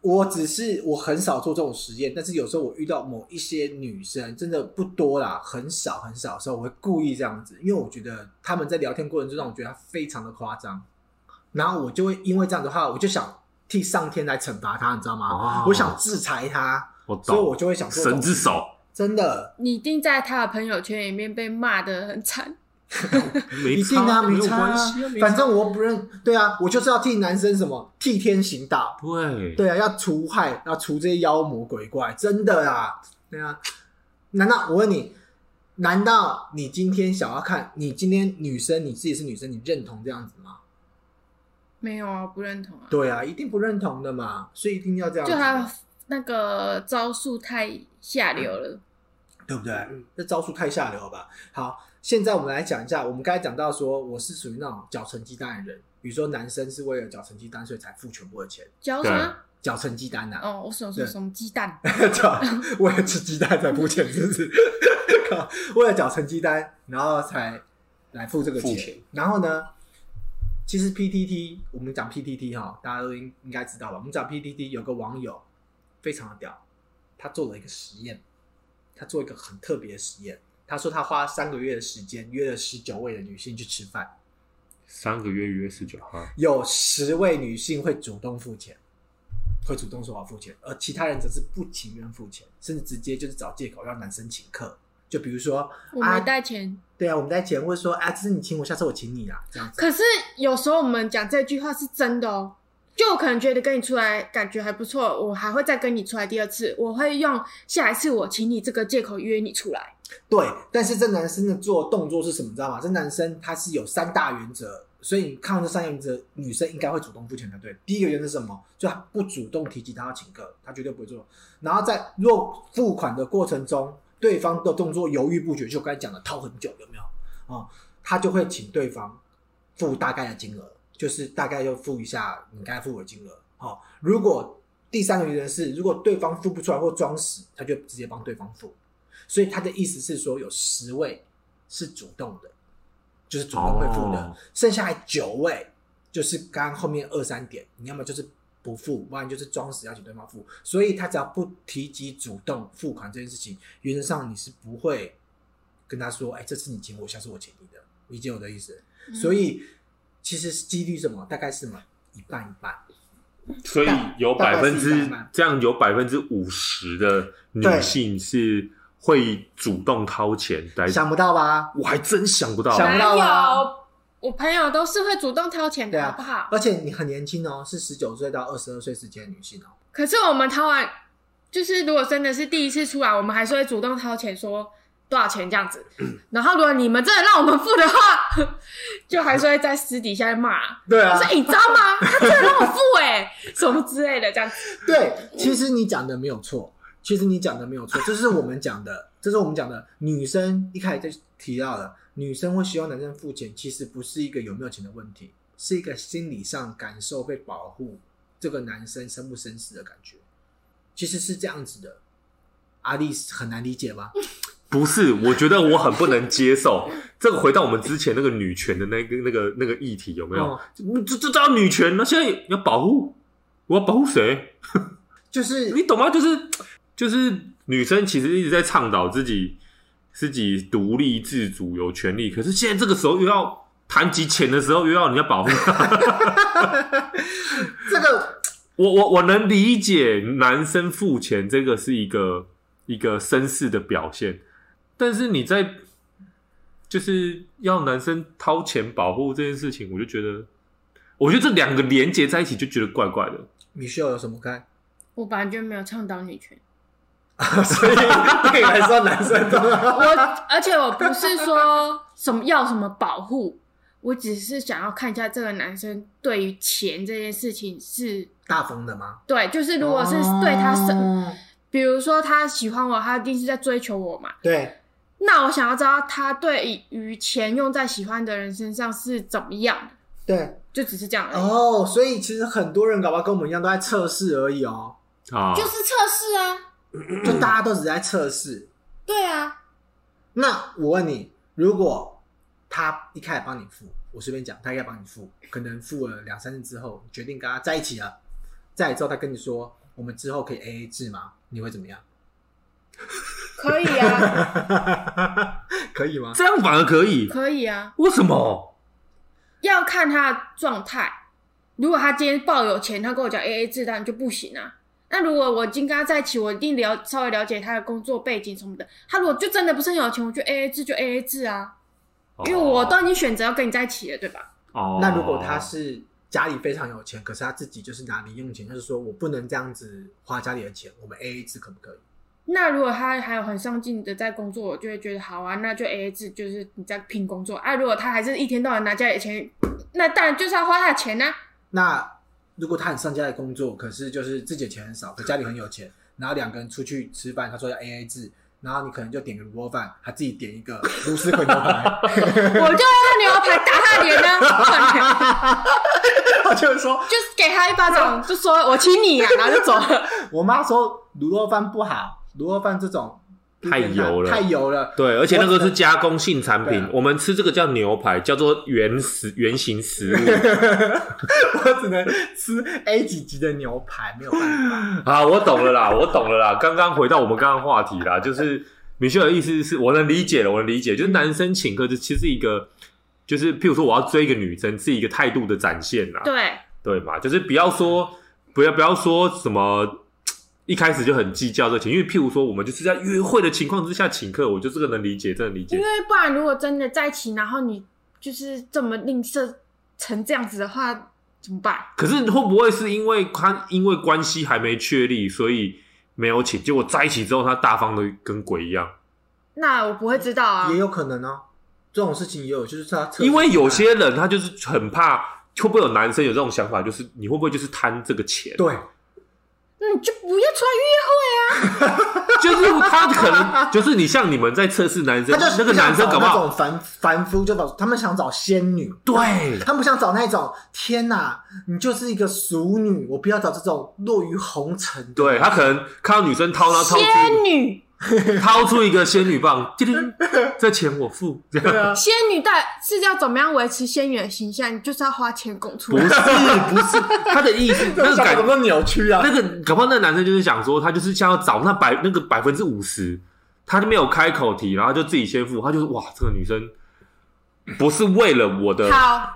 Speaker 2: 我只是我很少做这种实验，但是有时候我遇到某一些女生，真的不多啦，很少很少的时候，我会故意这样子，因为我觉得他们在聊天过程中让我觉得她非常的夸张，然后我就会因为这样的话，我就想替上天来惩罚她，你知道吗？
Speaker 3: 哦
Speaker 2: 我想制裁她，
Speaker 3: 我
Speaker 2: 所以我
Speaker 3: 懂，
Speaker 2: 就会想做这
Speaker 3: 神
Speaker 2: 种
Speaker 3: 之手，
Speaker 2: 真的
Speaker 4: 你一定在他的朋友圈里面被骂的很惨。
Speaker 3: 没
Speaker 2: 一定
Speaker 3: 差
Speaker 2: 啊，
Speaker 3: 没
Speaker 2: 没
Speaker 3: 有
Speaker 2: 差啊
Speaker 3: 关系啊，没
Speaker 2: 反
Speaker 3: 差
Speaker 2: 正我不认，对啊，我就是要替男生什么替天行道。
Speaker 3: 对
Speaker 2: 对啊，要除害，要除这些妖魔鬼怪，真的啦。对啊，难道我问你，难道你今天想要看你今天女生你自己是女生，你认同这样子吗？
Speaker 4: 没有啊，不认同啊。
Speaker 2: 对啊，一定不认同的嘛，所以一定要这样
Speaker 4: 就他
Speaker 2: 子，
Speaker 4: 那个招数太下流了，
Speaker 2: 对不对？这招数太下流了吧？好，现在我们来讲一下，我们刚才讲到说，我是属于那种缴成绩单的人，比如说男生是为了缴成绩单所以才付全部的钱，
Speaker 4: 嚼什么？
Speaker 2: 缴成绩单呐、啊，
Speaker 4: 哦，我什么什么什么鸡蛋？
Speaker 2: 缴为了吃鸡蛋才付钱，是不是？ 靠为了缴成绩单，然后才来付这个
Speaker 3: 付
Speaker 2: 钱。
Speaker 3: 钱
Speaker 2: 然后呢，其实 PTT 我们讲 PTT 哈，大家都应应该知道吧？我们讲 PTT 有个网友非常的屌，他做了一个实验，他做一个很特别的实验。他说他花三个月的时间约了十九位的女性去吃饭，
Speaker 3: 三个月约十九哈，
Speaker 2: 有十位女性会主动付钱，会主动说我要付钱，而其他人则是不情愿付钱，甚至直接就是找借口让男生请客。就比如说，
Speaker 4: 我
Speaker 2: 啊
Speaker 4: 没带钱。
Speaker 2: 对啊，我们在钱，或者说啊，这是你请我，下次我请你啊，这样子。
Speaker 4: 可是有时候我们讲这句话是真的哦，就我可能觉得跟你出来感觉还不错，我还会再跟你出来第二次，我会用下一次我请你这个借口约你出来。
Speaker 2: 对，但是这男生的做动作是什么，你知道吗？这男生他是有三大原则，所以你看到这三大原则，女生应该会主动付钱才对。第一个原则是什么？就他不主动提起他要请客，他绝对不会做。然后在若付款的过程中，对方的动作犹豫不决，就刚才讲的掏很久，有没有？哦，他就会请对方付大概的金额，就是大概就付一下你该付的金额。好、哦，如果第三个原则是，如果对方付不出来或装死，他就直接帮对方付。所以他的意思是说，有十位是主动的，就是主动会付的，
Speaker 3: 哦
Speaker 2: 剩下来九位就是刚刚后面二三点，你要么就是不付，不然就是装死要请对方付。所以他只要不提及主动付款这件事情，原则上你是不会跟他说：“哎，这次你请我，下次我请你的。”理解我的意思？所以其实几率什么，大概是什么一半一半。
Speaker 3: 所以有
Speaker 2: 大
Speaker 3: 百
Speaker 2: 概
Speaker 3: 分
Speaker 2: 是一
Speaker 3: 之
Speaker 2: 半嘛
Speaker 3: 这样有百分之五十的女
Speaker 2: 对
Speaker 3: 性是会主动掏钱来，
Speaker 2: 想不到吧？
Speaker 3: 我还真想不到，
Speaker 2: 想不
Speaker 4: 哪
Speaker 2: 到啊
Speaker 4: 有？我朋友都是会主动掏钱
Speaker 2: 对
Speaker 4: 的，
Speaker 2: 啊
Speaker 4: 好不好？
Speaker 2: 而且你很年轻哦，是十九岁到二十二岁之间的女性哦。
Speaker 4: 可是我们掏完，就是如果真的是第一次出来，我们还是会主动掏钱说多少钱这样子。然后如果你们真的让我们付的话， 就还是会在私底下骂。
Speaker 2: 对
Speaker 4: 我说、你知道吗？他真的让我付哎、什么之类的这样子。
Speaker 2: 对，其实你讲的没有错，其实你讲的没有错，这是我们讲的，这是我们讲的。女生一开始就提到了，女生会希望男生付钱，其实不是一个有没有钱的问题，是一个心理上感受被保护，这个男生生不生死的感觉，其实是这样子的。阿丽很难理解吗？
Speaker 3: 不是，我觉得我很不能接受。 这个回到我们之前那个女权的那个、那个、那个议题，有没有
Speaker 2: 哦？
Speaker 3: 这这叫女权，那现在要保护，我要保护谁？
Speaker 2: 就是
Speaker 3: 你懂吗？就是就是女生其实一直在倡导自己自己独立自主、有权利，可是现在这个时候又要谈及钱的时候，又要人家保护她。
Speaker 2: 这个，
Speaker 3: 我我我能理解男生付钱这个是一个一个绅士的表现，但是你在就是要男生掏钱保护这件事情，我就觉得，我觉得这两个连接在一起就觉得怪怪的。
Speaker 2: 米秀有什么看？
Speaker 4: 我本来就没有倡导女权，
Speaker 2: 所以对你来说，男生都
Speaker 4: 我而且我不是说什么要什么保护，我只是想要看一下这个男生对于钱这件事情是
Speaker 2: 大风的吗？
Speaker 4: 对，就是如果是对他生，
Speaker 2: 哦
Speaker 4: 比如说他喜欢我，他一定是在追求我嘛。
Speaker 2: 对，
Speaker 4: 那我想要知道他对于钱用在喜欢的人身上是怎么样的，
Speaker 2: 对，
Speaker 4: 就只是这样而已。
Speaker 2: 哦，所以其实很多人搞不好跟我们一样都在测试而已哦，
Speaker 3: 啊，
Speaker 4: 就是测试啊，
Speaker 2: 就大家都只是在测试。
Speaker 4: 对啊，
Speaker 2: 那我问你，如果他一开始帮你付，我随便讲，他一开始帮你付，可能付了两三次之后，你决定跟他在一起了，在一起之后他跟你说，我们之后可以 A A 制吗？你会怎么样？
Speaker 4: 可以啊，
Speaker 2: 可以吗？
Speaker 3: 这样反而可以？
Speaker 4: 可以啊，
Speaker 3: 为什么？
Speaker 4: 要看他的状态。如果他今天抱有钱，他跟我讲 A A 制，当然就不行啊。那如果我今天跟他在一起，我一定了稍微了解他的工作背景什么的。他如果就真的不是很有钱，我就 A A 制就 A A 制啊，因为我都已经选择要跟你在一起了，对吧？
Speaker 3: 哦
Speaker 2: 那如果他是家里非常有钱，可是他自己就是拿零用钱，他就说我不能这样子花家里的钱，我们 A A 制可不可以？
Speaker 4: 那如果他还有很上进的在工作，我就会觉得好啊，那就 A A 制，就是你在拼工作啊。如果他还是一天到晚拿家里的钱，那当然就是要花他的钱啊呐、
Speaker 2: 那如果他很上家的工作，可是就是自己的钱很少，可家里很有钱，然后两个人出去吃饭，他说要 A A 制，然后你可能就点个卤肉饭，他自己点一 个芦丝混牛排，
Speaker 4: 我就要用牛排打他脸呢，算了
Speaker 2: 他就会说
Speaker 4: 就是给他一巴掌，就说我亲你啊呀、然后就走了。
Speaker 2: 我妈说卤肉饭不好，卤肉饭这种
Speaker 3: 太油了
Speaker 2: 太油了。
Speaker 3: 对，而且那个是加工性产
Speaker 2: 对
Speaker 3: 品
Speaker 2: 啊，
Speaker 3: 我们吃这个叫牛排，叫做原食原型食物。
Speaker 2: 我只能吃 A 几级的牛排，没有办法。
Speaker 3: 啊，我懂了啦，我 懂了啦。刚刚回到我们刚刚话题啦，就是米秀的意思是我能理解了，我能理解，就是男生请客，就其实是一个，就是譬如说我要追一个女生，是一个态度的展现啦，
Speaker 4: 对，
Speaker 3: 对嘛？就是不要说，不要不要说什么。一开始就很计较这情，因为譬如说，我们就是在约会的情况之下请客，我就这个能理解，真的理解
Speaker 4: 因。为不然如果真的在一起，然后你就是这么吝啬成这样子的话，怎么办？
Speaker 3: 可是会不会是因为他因为关系还没确立，所以没有请？结果在一起之后，他大方的跟鬼一样。
Speaker 4: 那我不会知道啊
Speaker 2: 也。有可能哦，这种事情也有，就是他特
Speaker 3: 因为有些人他就是很怕，会不会有男生有这种想法，就是你会不会就是贪这个钱？，
Speaker 2: 对
Speaker 4: 那你就不要出来
Speaker 3: 就是他可能 就是你像你们在测试男生，
Speaker 2: 他就是
Speaker 3: 那个
Speaker 2: 不想
Speaker 3: 男生
Speaker 2: 找
Speaker 3: 搞不
Speaker 2: 那
Speaker 3: 好
Speaker 2: 种凡凡夫，就找他们想找仙女，
Speaker 3: 对
Speaker 2: 他们想找那种天哪，你就是一个俗女，我不要找这种落于红尘的。
Speaker 3: 对，他可能看到女生掏，然后掏
Speaker 4: 仙
Speaker 3: 出
Speaker 4: 女，
Speaker 3: 掏出一个仙女棒，叮叮，这钱我 付，这样
Speaker 2: 对啊，
Speaker 4: 仙女到底是要怎么样维持仙女的形象？你就是要花钱拱出
Speaker 3: 不
Speaker 4: 来
Speaker 3: 是。不是他的意思， 那个
Speaker 2: 想
Speaker 3: 感
Speaker 2: 怎么扭曲啊？
Speaker 3: 那个搞不好那个男生就是想说，他就是想要找那百那个百分之五十，他就没有开口提，然后就自己先付，他就是哇，这个女生不是为了我的
Speaker 4: 好，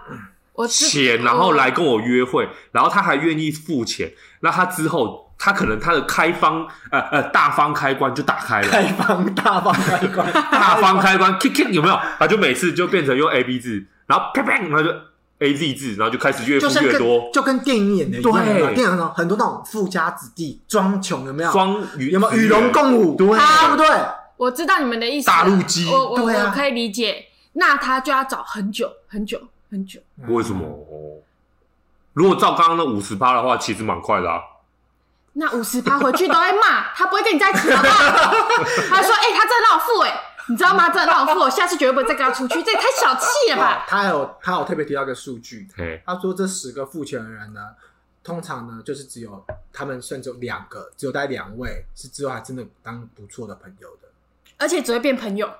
Speaker 4: 我知
Speaker 2: 哦
Speaker 3: 钱，然后来跟我约会，然后他还愿意付钱，那他之后他可能他的开方呃呃大方开关就打开了，
Speaker 2: 开放 大放开关，
Speaker 3: 大方开关 kick kick 有没有？他就每次就变成用 A B 字，然后啪啪，然后就 A Z 字，然后就开始越
Speaker 2: 就
Speaker 3: 付
Speaker 2: 像
Speaker 3: 越
Speaker 2: 跟
Speaker 3: 多，
Speaker 2: 就跟电影演的一样，
Speaker 3: 对
Speaker 2: 有没有电影中很多那种富家子弟装穷有没有？
Speaker 3: 双鱼
Speaker 2: 有没有与龙共舞？对不对？
Speaker 4: 我知道你们的意思了，
Speaker 3: 大陆鸡
Speaker 4: 我我
Speaker 2: 对啊
Speaker 4: 我可以理解。那他就要找很久很久很久，
Speaker 3: 为什么？如果照刚刚那五十趴的话，其实蛮快的啊。
Speaker 4: 那五十趴回去都会骂，他不会跟你在一起好 不好？他说：“哎、他真的让我付哎、你知道吗？真的让我付，我下次绝对不会再跟他出去，这也太小气了吧
Speaker 2: 他还有他有特别提到一个数据，
Speaker 3: 嘿，
Speaker 2: 他说这十个付钱的人呢，通常呢就是只有他们甚至有两个，只有带两位是之后还真的当不错的朋友的。！”
Speaker 4: 而且只会变朋友。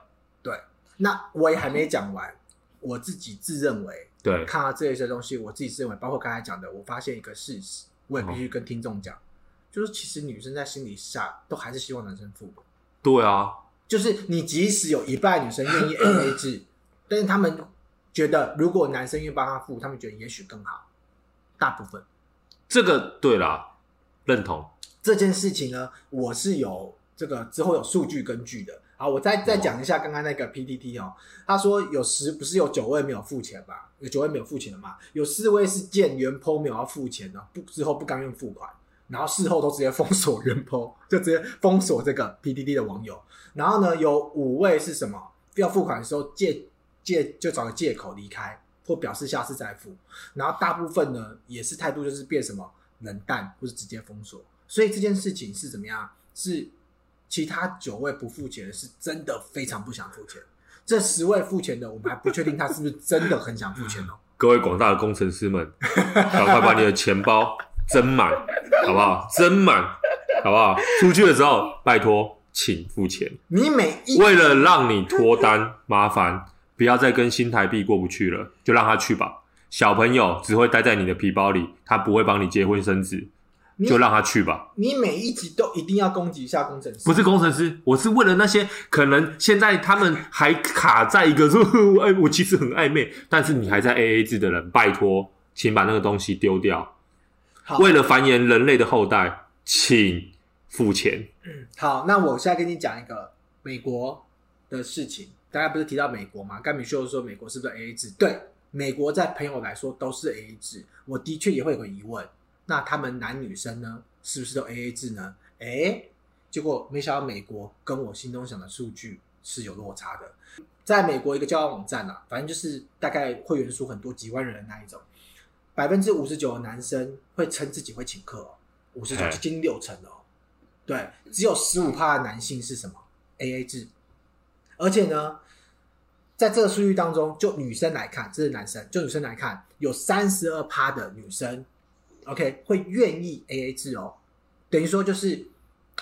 Speaker 2: 对，那我也还没讲完，我自己自认为
Speaker 3: 对，
Speaker 2: 看到这些东西，我自己自认为，包括刚才讲的，我发现一个事实，我也必嗯须跟听众讲，就是其实女生在心理上都还是希望男生付，
Speaker 3: 对啊，
Speaker 2: 就是你即使有一半女生愿意 A A 制，但是他们觉得如果男生愿意帮他付，他们觉得也许更好，大部分。
Speaker 3: 这个对啦，认同。
Speaker 2: 这件事情呢，我是有这个之后有数据根据的。好，我再再讲一下刚刚那个 PTT 哦，他说有十不是有九位没有付钱嘛，有九位没有付钱的嘛，有四位是见原 PO 没有要付钱的，不之后不甘愿付款，然后事后都直接封锁原 PO，就 直接封锁这个 PTT 的网友。然后呢，有五位是什么要付款的时候借借就找个借口离开，或表示下次再付。然后大部分呢也是态度就是变什么冷淡，或是直接封锁。所以这件事情是怎么样？是其他九位不付钱的是真的非常不想付钱，这十位付钱的我们还不确定他是不是真的很想付钱哦。
Speaker 3: 各位广大的工程师们， 赶快把你的钱包斟满，好不好？斟满，好不好？出去的时候，拜托，请付钱。
Speaker 2: 你每一
Speaker 3: 为了让你脱单，麻烦不要再跟新台币过不去了，就让他去吧。小朋友只会待在你的皮包里，他不会帮你结婚生子，
Speaker 2: 你
Speaker 3: 就让他去吧。
Speaker 2: 你每一集都一定要攻击一下工程师，
Speaker 3: 不是工程师，我是为了那些可能现在他们还卡在一个 说，哎，我其实很暧昧，但是你还在 A A 制的人，拜托，请把那个东西丢掉。
Speaker 2: 好
Speaker 3: 为了繁衍人类的后代，请付钱。
Speaker 2: 好，那我现在跟你讲一个美国的事情。大家不是提到美国吗？甘米秀说美国是不是 AA 制？对，美国在朋友来说都是 AA 制。我的确也会有个疑问，那他们男女生呢，是不是都 AA 制呢？诶，哎结果没想到美国跟我心中想的数据是有落差的。在美国一个交友网站啊，反正就是大概会员数很多几万人的那一种，百分之五十九的男生会称自己会请客哦，五十九
Speaker 3: 嘿
Speaker 2: 接近六成哦。对，只有十五趴的男性是什么 A A 制，而且呢，在这个数据当中，就女生来看，这是男生，就女生来看，有三十二趴的女生，OK 会愿意 A A 制哦，等于说就是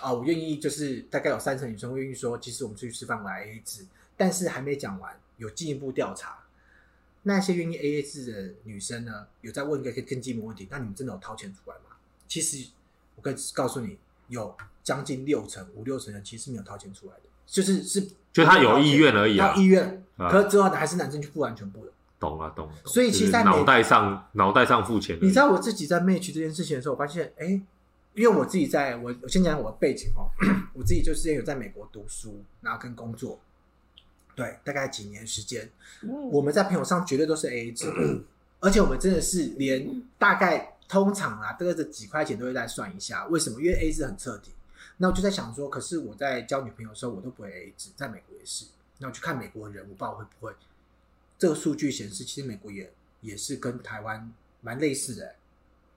Speaker 2: 啊、我愿意，就是大概有三成女生会愿意说，其实我们出去吃饭我来 A A 制，但是还没讲完，有进一步调查。那些愿意 A A 制的女生呢，有在问一个更更进一步的问题：那你们真的有掏钱出来吗？其实我跟告诉你，有将近六成、五六成人其实是没有掏钱出来的，就是是
Speaker 3: 就他有意愿而已啊
Speaker 2: 他有意愿，
Speaker 3: 啊
Speaker 2: 可是之后还是男生去付完全部的。
Speaker 3: 懂了懂了。懂
Speaker 2: 所以
Speaker 3: 就
Speaker 2: 其实
Speaker 3: 是
Speaker 2: 在美
Speaker 3: 脑袋上脑袋上付钱而已，
Speaker 2: 你知道我自己在 match 这件事情的时候，我发现，哎、因为我自己在我我先讲我的背景哦， 我自己就之前有在美国读书，然后跟工作，对，大概几年时间，我们在朋友上绝对都是 AA 制，而且我们真的是连大概通常啊，大概这几块钱都会再算一下，为什么？因为 AA 制很彻底。那我就在想说，可是我在交女朋友的时候，我都不会 AA 制，在美国也是。那我去看美国人，我不知道我会不会。这个数据显示，其实美国也也是跟台湾蛮类似的、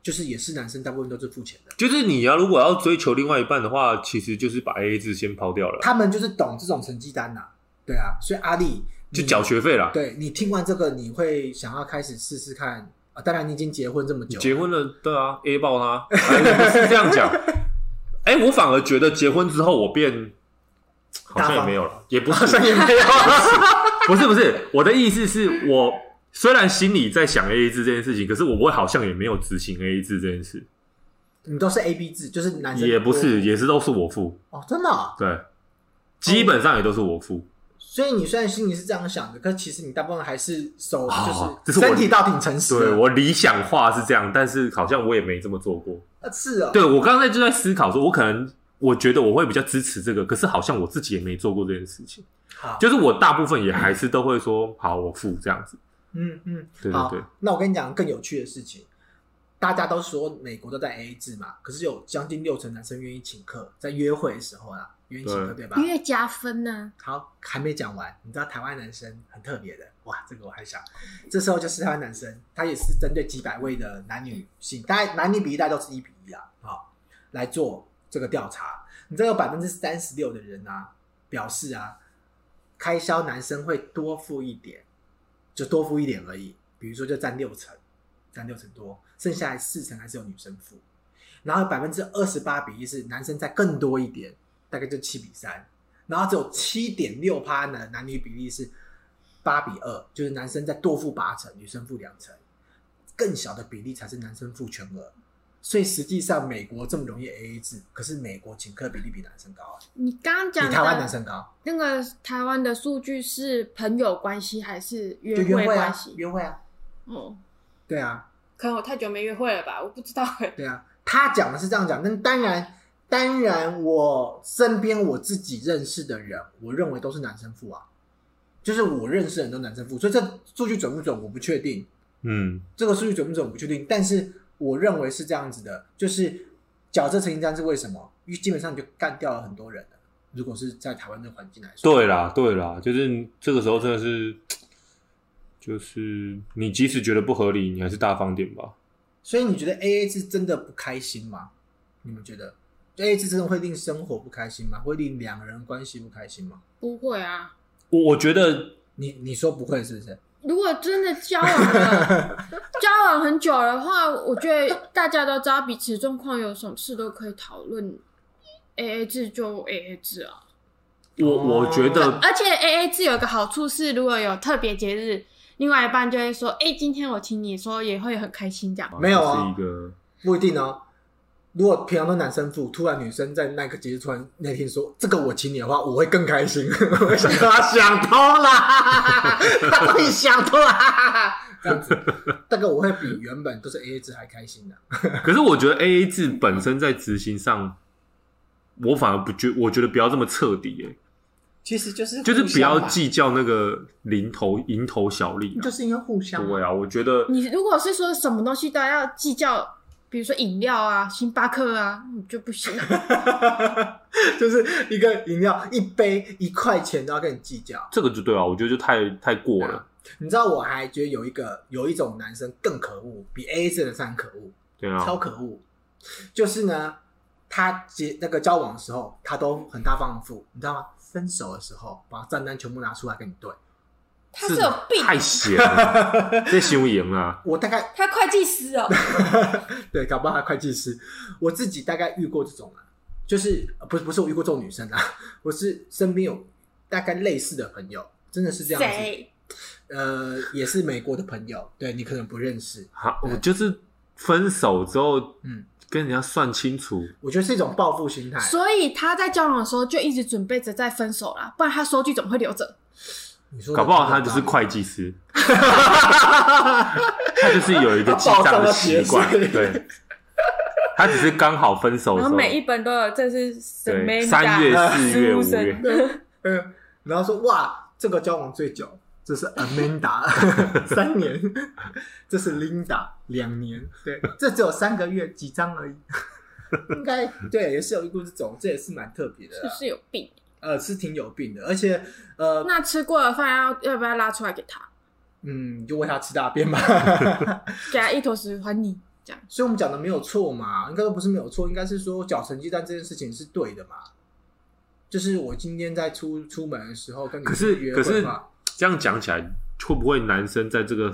Speaker 2: 就是也是男生大部分都是付钱的。
Speaker 3: 就是你要如果要追求另外一半的话，其实就是把 A A 制先抛掉了，
Speaker 2: 他们就是懂这种成绩单呐、对啊。所以阿丽
Speaker 3: 就
Speaker 2: 你
Speaker 3: 缴学费啦。
Speaker 2: 对你听完这个，你会想要开始试试看啊？当然，你已经结婚这么久，
Speaker 3: 结婚了，对啊，A 爆他，哎我不是这样 讲。哎、我反而觉得结婚之后我变好像也没有了，也不是，也没有， 不是不是，我的意思是我虽然心里在想 A A 制这件事情，可是我我好像也没有执行 A A 制这件事，
Speaker 2: 你都是 A B 制，就是男生
Speaker 3: 也不
Speaker 2: 多
Speaker 3: 是，也是都是我付，
Speaker 2: 哦，真的哦、
Speaker 3: 对，基本上也都是我付。
Speaker 2: 所以你虽然心里是这样想的，可其实你大部分还是手
Speaker 3: 哦
Speaker 2: 就
Speaker 3: 这是我
Speaker 2: 身体倒挺诚实的。
Speaker 3: 对我理想化是这样，但是好像我也没这么做过。
Speaker 2: 啊是哦，
Speaker 3: 对我刚才就在思考说，我可能我觉得我会比较支持这个，可是好像我自己也没做过这件事情。
Speaker 2: 好，
Speaker 3: 就是我大部分也还是都会说好，我付这样子。
Speaker 2: 嗯嗯，
Speaker 3: 对对
Speaker 2: 好
Speaker 3: 对，。
Speaker 2: 那我跟你讲更有趣的事情，大家都说美国都在 A A 制嘛，可是有将近六成男生愿意请客，在约会的时候啦，愿意请客对吧？
Speaker 4: 因为加分啊呢、
Speaker 2: 好，还没讲完，你知道台湾男生很特别的，哇，这个我还想，这时候就是台湾男生，他也是针对几百位的男女性，大概男女比例大概都是一比一啦，啊、来做这个调查，你知道有百分之三十六的人啊，表示啊，开销男生会多付一点，就多付一点而已，比如说就占六成，占六成多，剩下来四成还是由女生付，然后百分之二十八比一是男生再更多一点，大概就七比三。然后只有七点六趴呢，男女比例是八比二，就是男生再多付八成，女生付两成，更小的比例才是男生付全额。所以实际上，美国这么容易 AA 制，可是美国请客比例比男生高啊，
Speaker 4: 你刚刚
Speaker 2: 比
Speaker 4: 讲
Speaker 2: 台湾男
Speaker 4: 的
Speaker 2: 生高，
Speaker 4: 那个台湾的数据是朋友关系还是约
Speaker 2: 就约
Speaker 4: 会
Speaker 2: 会
Speaker 4: 关
Speaker 2: 啊，
Speaker 4: 系？
Speaker 2: 约会啊，
Speaker 4: 哦，
Speaker 2: 对啊，
Speaker 4: 可能我太久没约会了吧，我不知道哎、
Speaker 2: 对啊。他讲的是这样讲，但当然，当然，我身边我自己认识的人，我认为都是男生付啊，就是我认识的人都男生付，所以这数据准不准我不确定，
Speaker 3: 嗯，
Speaker 2: 这个数据准不准我不确定，但是我认为是这样子的，就是角色成绩单是为什么？因为基本上你就干掉了很多人了。如果是在台湾这个环境来说，
Speaker 3: 对啦，对啦，就是这个时候真的是，就是你即使觉得不合理，你还是大方点吧。
Speaker 2: 所以你觉得 A A 制真的不开心吗？你们觉得 A A 制真的会令生活不开心吗？会令两人关系不开心吗？
Speaker 4: 不会啊，
Speaker 3: 我我觉得
Speaker 2: 你你说不会是不是？
Speaker 4: 如果真的交往了，交往很久的话，我觉得大家都知道彼此状况，有什么事都可以讨论。A A 制就 A A 制啊，
Speaker 3: 我、我觉
Speaker 2: 哦
Speaker 3: 得
Speaker 4: 而且 A A 制有一个好处是，如果有特别节日，另外一半就会说：“哎、今天我请你说，也会很开心这样。
Speaker 2: 没有啊
Speaker 3: 是一个
Speaker 2: 不一定哦。如果平常都男生付，突然女生在那个节日突然那天说这个我请你的话，我会更开心。 我会想说他想通了， 他终于想通了， 这样子，这个我会比原本都是 A A 制还开心的。
Speaker 3: 可是我觉得 A A 制本身在执行上，我反而不觉，我觉得不要这么彻底、欸，
Speaker 2: 其实就是
Speaker 3: 就是不要
Speaker 2: 记，
Speaker 3: 计较那个零头蝇头小利、啊
Speaker 2: 就。是因为互相嘛
Speaker 3: 对啊，我觉得
Speaker 4: 你如果是说什么东西都要计较，比如说饮料啊、星巴克啊，你就 不行。
Speaker 2: 就是一个饮料一杯一块钱都要跟你计较。
Speaker 3: 这个就对啊，我觉得就太太过了。
Speaker 2: 你知道我还觉得有一个有一种男生更可恶，比 A A 制的三可恶。
Speaker 3: 对
Speaker 2: 超
Speaker 3: 啊，
Speaker 2: 可恶。就是呢，他结那个交往的时候，他都很大方的付，你知道吗？分手的时候，把账单全部拿出来跟你对。
Speaker 5: 他是有病，
Speaker 3: 太闲了，这行为赢了。
Speaker 2: 我大概
Speaker 5: 他会计师哦，
Speaker 2: 对，搞不好还会计师。我自己大概遇过这种啊，就是呃不是不是我遇过这种女生啊， 我是身边有大概类似的朋友，真的是这样子。
Speaker 5: 谁？
Speaker 2: 呃，也是美国的朋友，对你可能不认识。
Speaker 3: 好，我就是分手之后，
Speaker 2: 嗯
Speaker 3: 嗯，跟人家算清楚，
Speaker 2: 我觉得是一种报复心态。
Speaker 4: 所以他在交往的时候就一直准备着再分手啦，不然他收据怎么会留着？
Speaker 2: 你说的
Speaker 3: 搞不好
Speaker 2: 真
Speaker 3: 他
Speaker 2: 的
Speaker 3: 就是
Speaker 2: 道
Speaker 3: 会
Speaker 2: 理
Speaker 3: 计师， 他就是有一个记账的习惯，
Speaker 2: 他保障了别
Speaker 3: 对。他只是刚好分
Speaker 2: 哦
Speaker 3: 手的
Speaker 5: 然后
Speaker 3: 时候，
Speaker 5: 每一本都有，这是什么？
Speaker 3: 对三月、
Speaker 4: 啊
Speaker 3: 四月、五月，
Speaker 2: 嗯，然后说哇，这个交往最久，这是 Amanda 三年，这是 Linda 两年，对，这只有三个月几张而已，应该对，也是有一股这种，这也是蛮特别的
Speaker 4: 是
Speaker 2: 啦
Speaker 4: 不，是有病？
Speaker 2: 呃，是挺有病的，而且呃，
Speaker 4: 那吃过的饭要要不要拉出来给他，
Speaker 2: 嗯，就喂他吃大便吧。
Speaker 4: 给他一坨屎还你？这样
Speaker 2: 所以我们讲的没有错嘛，应该都不是没有错，应该是说搅成鸡蛋这件事情是对的嘛。就是我今天在出出门的时候跟你
Speaker 3: 可是
Speaker 2: 约
Speaker 3: 可
Speaker 2: 会
Speaker 3: 是
Speaker 2: 嘛，
Speaker 3: 这样讲起来，会不会男生在这个，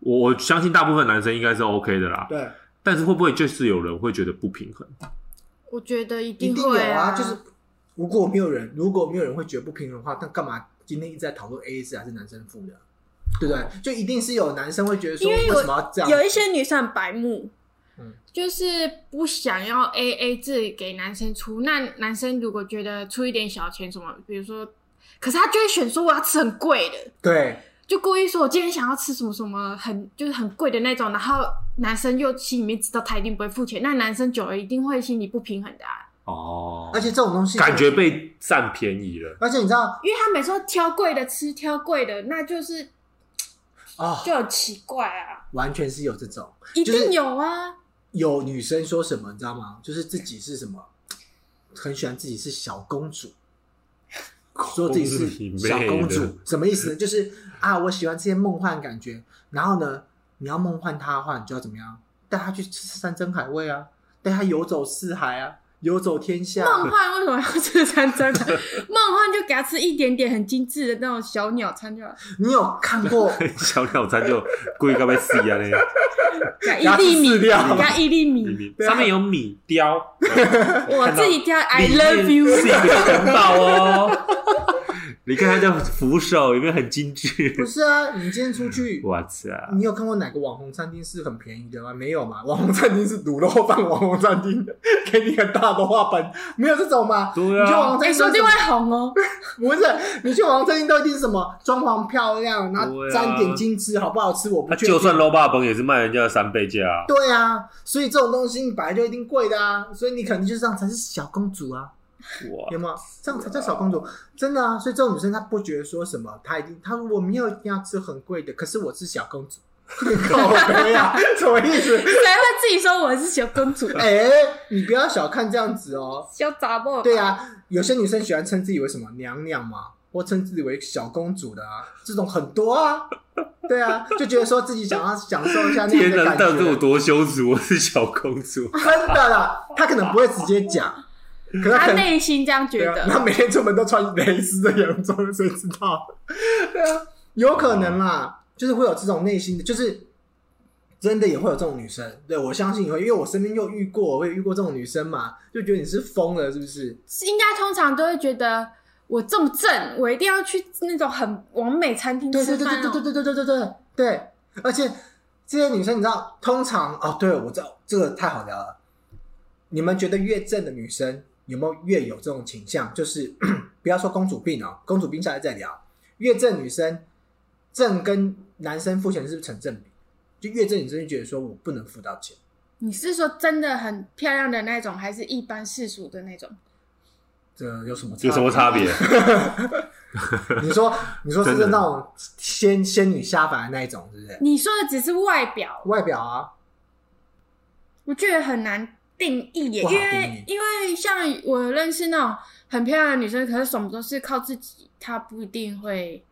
Speaker 3: 我我相信大部分男生应该是 OK 的啦。
Speaker 2: 对，
Speaker 3: 但是会不会就是有人会觉得不平衡？
Speaker 4: 我觉得一
Speaker 2: 一
Speaker 4: 定
Speaker 2: 定
Speaker 4: 会啊
Speaker 2: 有啊就是如果没有人，如果没有人会觉得不平衡的话，那干嘛今天一直在讨论 A 制还是男生付呢？对不对？就一定是有男生会觉得说，
Speaker 4: 哦因为
Speaker 2: 为
Speaker 4: 有
Speaker 2: 什么要这样？
Speaker 4: 有一些女生很白目，
Speaker 2: 嗯
Speaker 4: 就是不想要 A A 制给男生出。那男生如果觉得出一点小钱什么，比如说，可是他就会选说我要吃很贵的，
Speaker 2: 对
Speaker 4: 就故意说我今天想要吃什么什么很就是很贵的那种，然后男生又心里面知道他一定不会付钱，那男生久了一定会心里不平衡的、啊，
Speaker 3: 哦，
Speaker 2: 而且这种东西
Speaker 3: 感觉，被占便宜了。
Speaker 2: 而且你知道
Speaker 4: 因为他每次都挑贵的吃，挑贵的，那就是
Speaker 2: 哦，
Speaker 4: 就很奇怪啊，
Speaker 2: 完全是有这种，
Speaker 4: 一
Speaker 2: 就是
Speaker 4: 定有啊，
Speaker 2: 有女生说什么你知道吗？就是自己是什么，很喜欢自己是小公 主，说自己是小
Speaker 3: 你妹
Speaker 2: 公
Speaker 3: 的
Speaker 2: 主，什么意思呢？就是啊，我喜欢这些梦幻感觉。然后呢，你要梦幻她的话，你就要怎么样？带她去吃山珍海味啊，带她游走四海啊，游走天下、
Speaker 4: 梦
Speaker 2: 啊。
Speaker 4: 幻为什么要吃山 珍？梦幻就给他吃一点点很精致的那种小鸟餐就好，
Speaker 2: 你有看过？
Speaker 3: 小鸟餐就故意该被撕啊嘞，
Speaker 4: 给他一
Speaker 2: 鸭子
Speaker 4: 粒米，
Speaker 2: 饲
Speaker 4: 给
Speaker 2: 料
Speaker 4: 他一粒 米。
Speaker 2: 啊
Speaker 3: 里面上面有米雕，
Speaker 4: 我自己 挑 I love
Speaker 3: 里
Speaker 4: you，
Speaker 3: 面是一个城堡哦。 你看它的扶手有没有很精
Speaker 2: 不
Speaker 3: 致？
Speaker 2: 是啊，你今天出去。
Speaker 3: 我操！
Speaker 2: 你有看过哪个网红餐厅是很便宜的吗？没有嘛，网红餐厅是卤肉饭网红餐厅，给你很大的画板，没有这种嘛？
Speaker 3: 对啊
Speaker 2: 你去网红餐
Speaker 4: 哎，
Speaker 2: 厅
Speaker 4: 说
Speaker 2: 都是什
Speaker 4: 不定
Speaker 2: 么，
Speaker 4: 会红哦。
Speaker 2: 不是你去网红餐厅都一定是什么装潢漂亮，然后
Speaker 3: 对啊
Speaker 2: 沾点精致，好不好吃我不
Speaker 3: 它
Speaker 2: 确定。
Speaker 3: 就算 low 霸崩也是卖人家的三倍价啊。
Speaker 2: 对啊，所以这种东西本来就一定贵的啊，所以你肯定就是这样才是小公主啊。
Speaker 3: 哇
Speaker 2: 有没有？这样才叫小公主，真的啊！所以这种女生她不觉得说什么，她一定她说我没有一定要吃很贵的，可是我是小 公主， 靠背啊，什么意思？
Speaker 4: 谁会自己说我是小公主？
Speaker 2: 哎、你不要小看这样子哦。
Speaker 4: 小杂货。
Speaker 2: 对，啊，有些女生喜欢称自己为什么娘娘嘛，或称自己为小公主的啊，这种很多啊。对啊，就觉得说自己想要 享受一下那
Speaker 3: 天
Speaker 2: 样的
Speaker 3: 哪，
Speaker 2: 感
Speaker 3: 到底有
Speaker 2: 觉。
Speaker 3: 多羞耻？我是小公 主，
Speaker 2: 真的啦，她可能不会直接讲，可能
Speaker 4: 他
Speaker 2: 可能
Speaker 4: 内心这样觉
Speaker 2: 对啊，
Speaker 4: 得。
Speaker 2: 她每天出门都穿蕾丝的洋装，谁知道？对啊，有可能啦，就是会有这种内心的，就是真的也会有这种女生。对我相信也会，因为我身边就遇过，我也遇过这种女生嘛，就觉得你是疯了，是不是？
Speaker 4: 应该通常都会觉得我这么正，我一定要去那种很完美餐厅
Speaker 2: 对
Speaker 4: 吃
Speaker 2: 对对
Speaker 4: 饭
Speaker 2: 对
Speaker 4: 哦。
Speaker 2: 对对对对对对对对，而且这些女生你知道，通常哦，对我知道这个太好聊了。你们觉得越正的女生有没有越有这种倾向？就是 不要说公主病哦，公主病下来再聊。越正女生正跟男生付钱是不是成正比？就越正女生就觉得说我不能付到钱，
Speaker 4: 你是说真的很漂亮的那种，还是一般世俗的那种？
Speaker 2: 这有什么
Speaker 3: 有什么差别？
Speaker 2: 你说你说是不
Speaker 3: 真
Speaker 2: 是
Speaker 3: 的
Speaker 2: 那种仙仙女下凡的那一种，是不是？
Speaker 4: 你说的只是外表，
Speaker 2: 外表啊，
Speaker 4: 我觉得很难定义耶，
Speaker 2: 不
Speaker 4: 因
Speaker 2: 好定义
Speaker 4: 为因为像我认识那种很漂亮的女生，可是什么都是靠自己，她不一定会，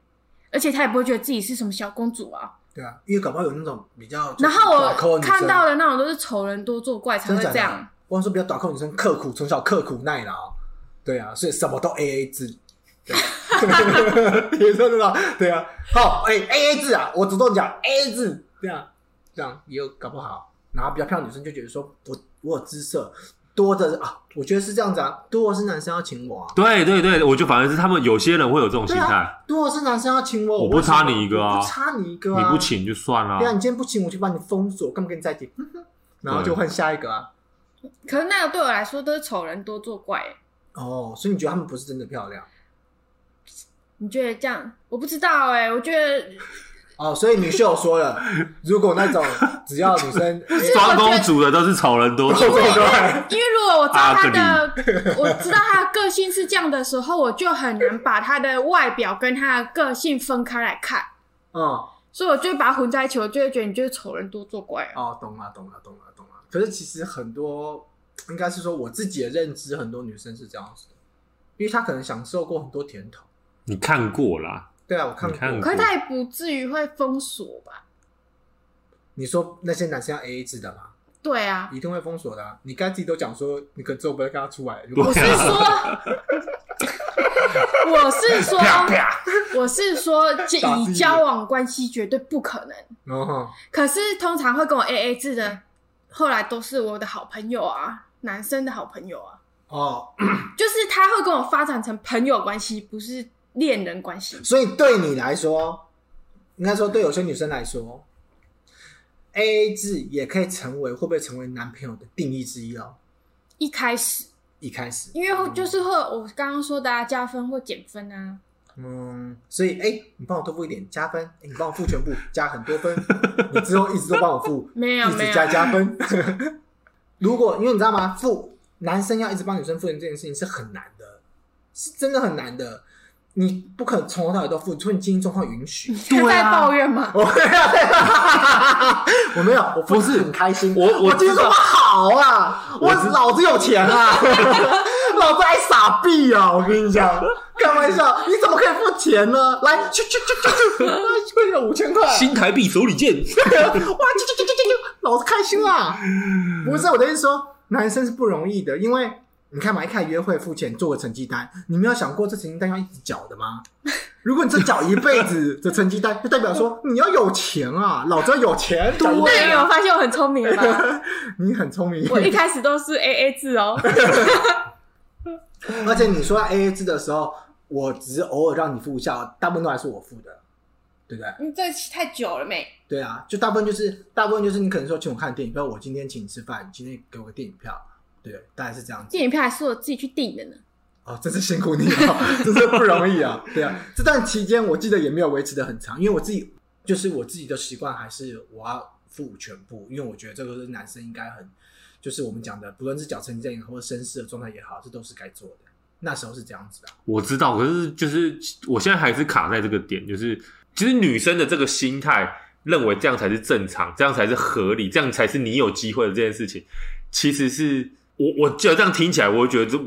Speaker 4: 而且她也不会觉得自己是什么小公主啊。
Speaker 2: 对啊，因为搞不好有那种比较就是
Speaker 4: 然后
Speaker 2: 短扣
Speaker 4: 我
Speaker 2: 的女生
Speaker 4: 看到的那种都是丑人多作怪才
Speaker 2: 真
Speaker 4: 会
Speaker 2: 的假
Speaker 4: 这
Speaker 2: 的
Speaker 4: 样。？
Speaker 2: 我跟你说比较短扣女生刻苦，从小刻苦耐劳，对啊，所以什么都 A A 制。也说得到，对啊。好，哎、a A 制啊，我主动讲 A A 制，对啊，这样也有搞不好。然后比较漂亮的女生就觉得说，我我有姿色，多的啊，我觉得是这样子啊，多的是男生要请我啊，
Speaker 3: 对对对，我就反而是他们有些人会有这种心
Speaker 2: 对
Speaker 3: 态，
Speaker 2: 啊，多的是男生要请我，
Speaker 3: 我
Speaker 2: 我
Speaker 3: 不
Speaker 2: 为什么
Speaker 3: 差你一个啊
Speaker 2: 我不差你一个
Speaker 3: 你
Speaker 2: 啊，
Speaker 3: 不请就算了
Speaker 2: 对啊，。你今天不请我就把你封锁，干嘛跟你在一起？然后就换下一个啊。
Speaker 4: 可是那个对我来说都是丑人多作怪欸。
Speaker 2: 哦，所以你觉得他们不是真的漂亮
Speaker 4: 你觉得这样？我不知道哎、我觉得
Speaker 2: 哦？所以米秀说了，如果那 种只要女生
Speaker 3: 抓公主的都是丑啊人多作怪，
Speaker 4: 因为如果我知道他的， 我知道他的个性是这样的时候，我就很难把他的外表跟他的个性分开来看，
Speaker 2: 嗯
Speaker 4: 所以我就会把它混在一起，我就会觉得你就是丑人多作怪啊。
Speaker 2: 哦，懂了，懂了，懂了，懂了。可是其实很多，应该是说我自己的认知，很多女生是这样子的，因为她可能享受过很多甜头。
Speaker 3: 你看过啦，
Speaker 2: 对啊，我看
Speaker 3: 你看
Speaker 2: 过。
Speaker 3: 过
Speaker 4: 可是他也不至于会封锁吧？
Speaker 2: 你说那些男生要 A A 制的吗？
Speaker 4: 对啊，
Speaker 2: 一定会封锁的、啊。你刚才自己都讲说，你可能之后不会跟他出来。如
Speaker 3: 对啊
Speaker 2: 果
Speaker 4: 我是说，我是说，
Speaker 3: 啪啪，
Speaker 4: 我是说，这
Speaker 2: 打自己
Speaker 4: 以
Speaker 2: 脸
Speaker 4: 交往关系绝对不可能。
Speaker 2: 然后
Speaker 4: 可是通常会跟我 A A 制的，后来都是我的好朋友啊，男生的好朋友啊。
Speaker 2: 哦，
Speaker 4: 就是他会跟我发展成朋友关系，不是恋人关系。
Speaker 2: 所以对你来说，应该说对有些女生来说，A A 制也可以成为会不会成为男朋友的定义之一哦。
Speaker 4: 一开始，
Speaker 2: 一开始，
Speaker 4: 因为就是会我刚刚说的、啊、加分或减分啊，
Speaker 2: 嗯，所以哎、你帮我多付一点加分，哎你帮我付全部加很多分， 你之后一直都帮我付，
Speaker 4: 没有
Speaker 2: 一
Speaker 4: 没
Speaker 2: 直
Speaker 4: 有
Speaker 2: 加加分。 如果因为你知道吗，付男生要一直帮女生付钱这件事情是很难的，是真的很难的。你不可能从头到尾都付，除非你经济状况允许。
Speaker 4: 他在抱怨嘛。
Speaker 2: 我没有，我没有，我付
Speaker 3: 不是
Speaker 2: 很开心。
Speaker 3: 我我
Speaker 2: 我今天
Speaker 3: 知
Speaker 2: 说
Speaker 3: 道
Speaker 2: 我好啊，我
Speaker 3: 我知
Speaker 2: 老子有钱啊， 老子还傻逼啊！我跟你讲，开玩笑，你怎么可以付钱呢？来，去去去去 去，哎就有五千块，
Speaker 3: 新台币手里剑，
Speaker 2: 哇，去去去去去去，老子开心啦！不是我的意思说，男生是不容易的，因为你看嘛，一开始约会付钱做个成绩单，你没有想过这成绩单要一直缴的吗？如果你只缴一辈子的成绩单，就代表说你要有钱啊，老子要有钱，对啊不
Speaker 4: 对，啊我发现我很聪明了吧？
Speaker 2: 你很聪明，
Speaker 4: 我一开始都是 A A 制哦，
Speaker 2: 而且你说 A A 制的时候，我只是偶尔让你付一下，大部分都还是我付的，对不对？
Speaker 4: 你这期太久了没？
Speaker 2: 对啊，就大部分就是大部分就是你可能说请我看电影票，我今天请你吃饭，你今天给我个电影票，对，大概是这样子。
Speaker 4: 电影票还是我自己去订的呢。
Speaker 2: 哦，真是辛苦你了， 真是不容易啊！对啊，这段期间我记得也没有维持的很长，因为我自己就是我自己的习惯还是我要付全部，因为我觉得这个是男生应该很，就是我们讲的，不论是矫正健也好，或者绅士的状态也好，这都是该做的。那时候是这样子的、
Speaker 3: 我知道，可是就是我现在还是卡在这个点，就是其实女生的这个心态认为这样才是正常，这样才是合理，这样才是你有机会的这件事情，其实是我我觉得这样听起来，我觉得这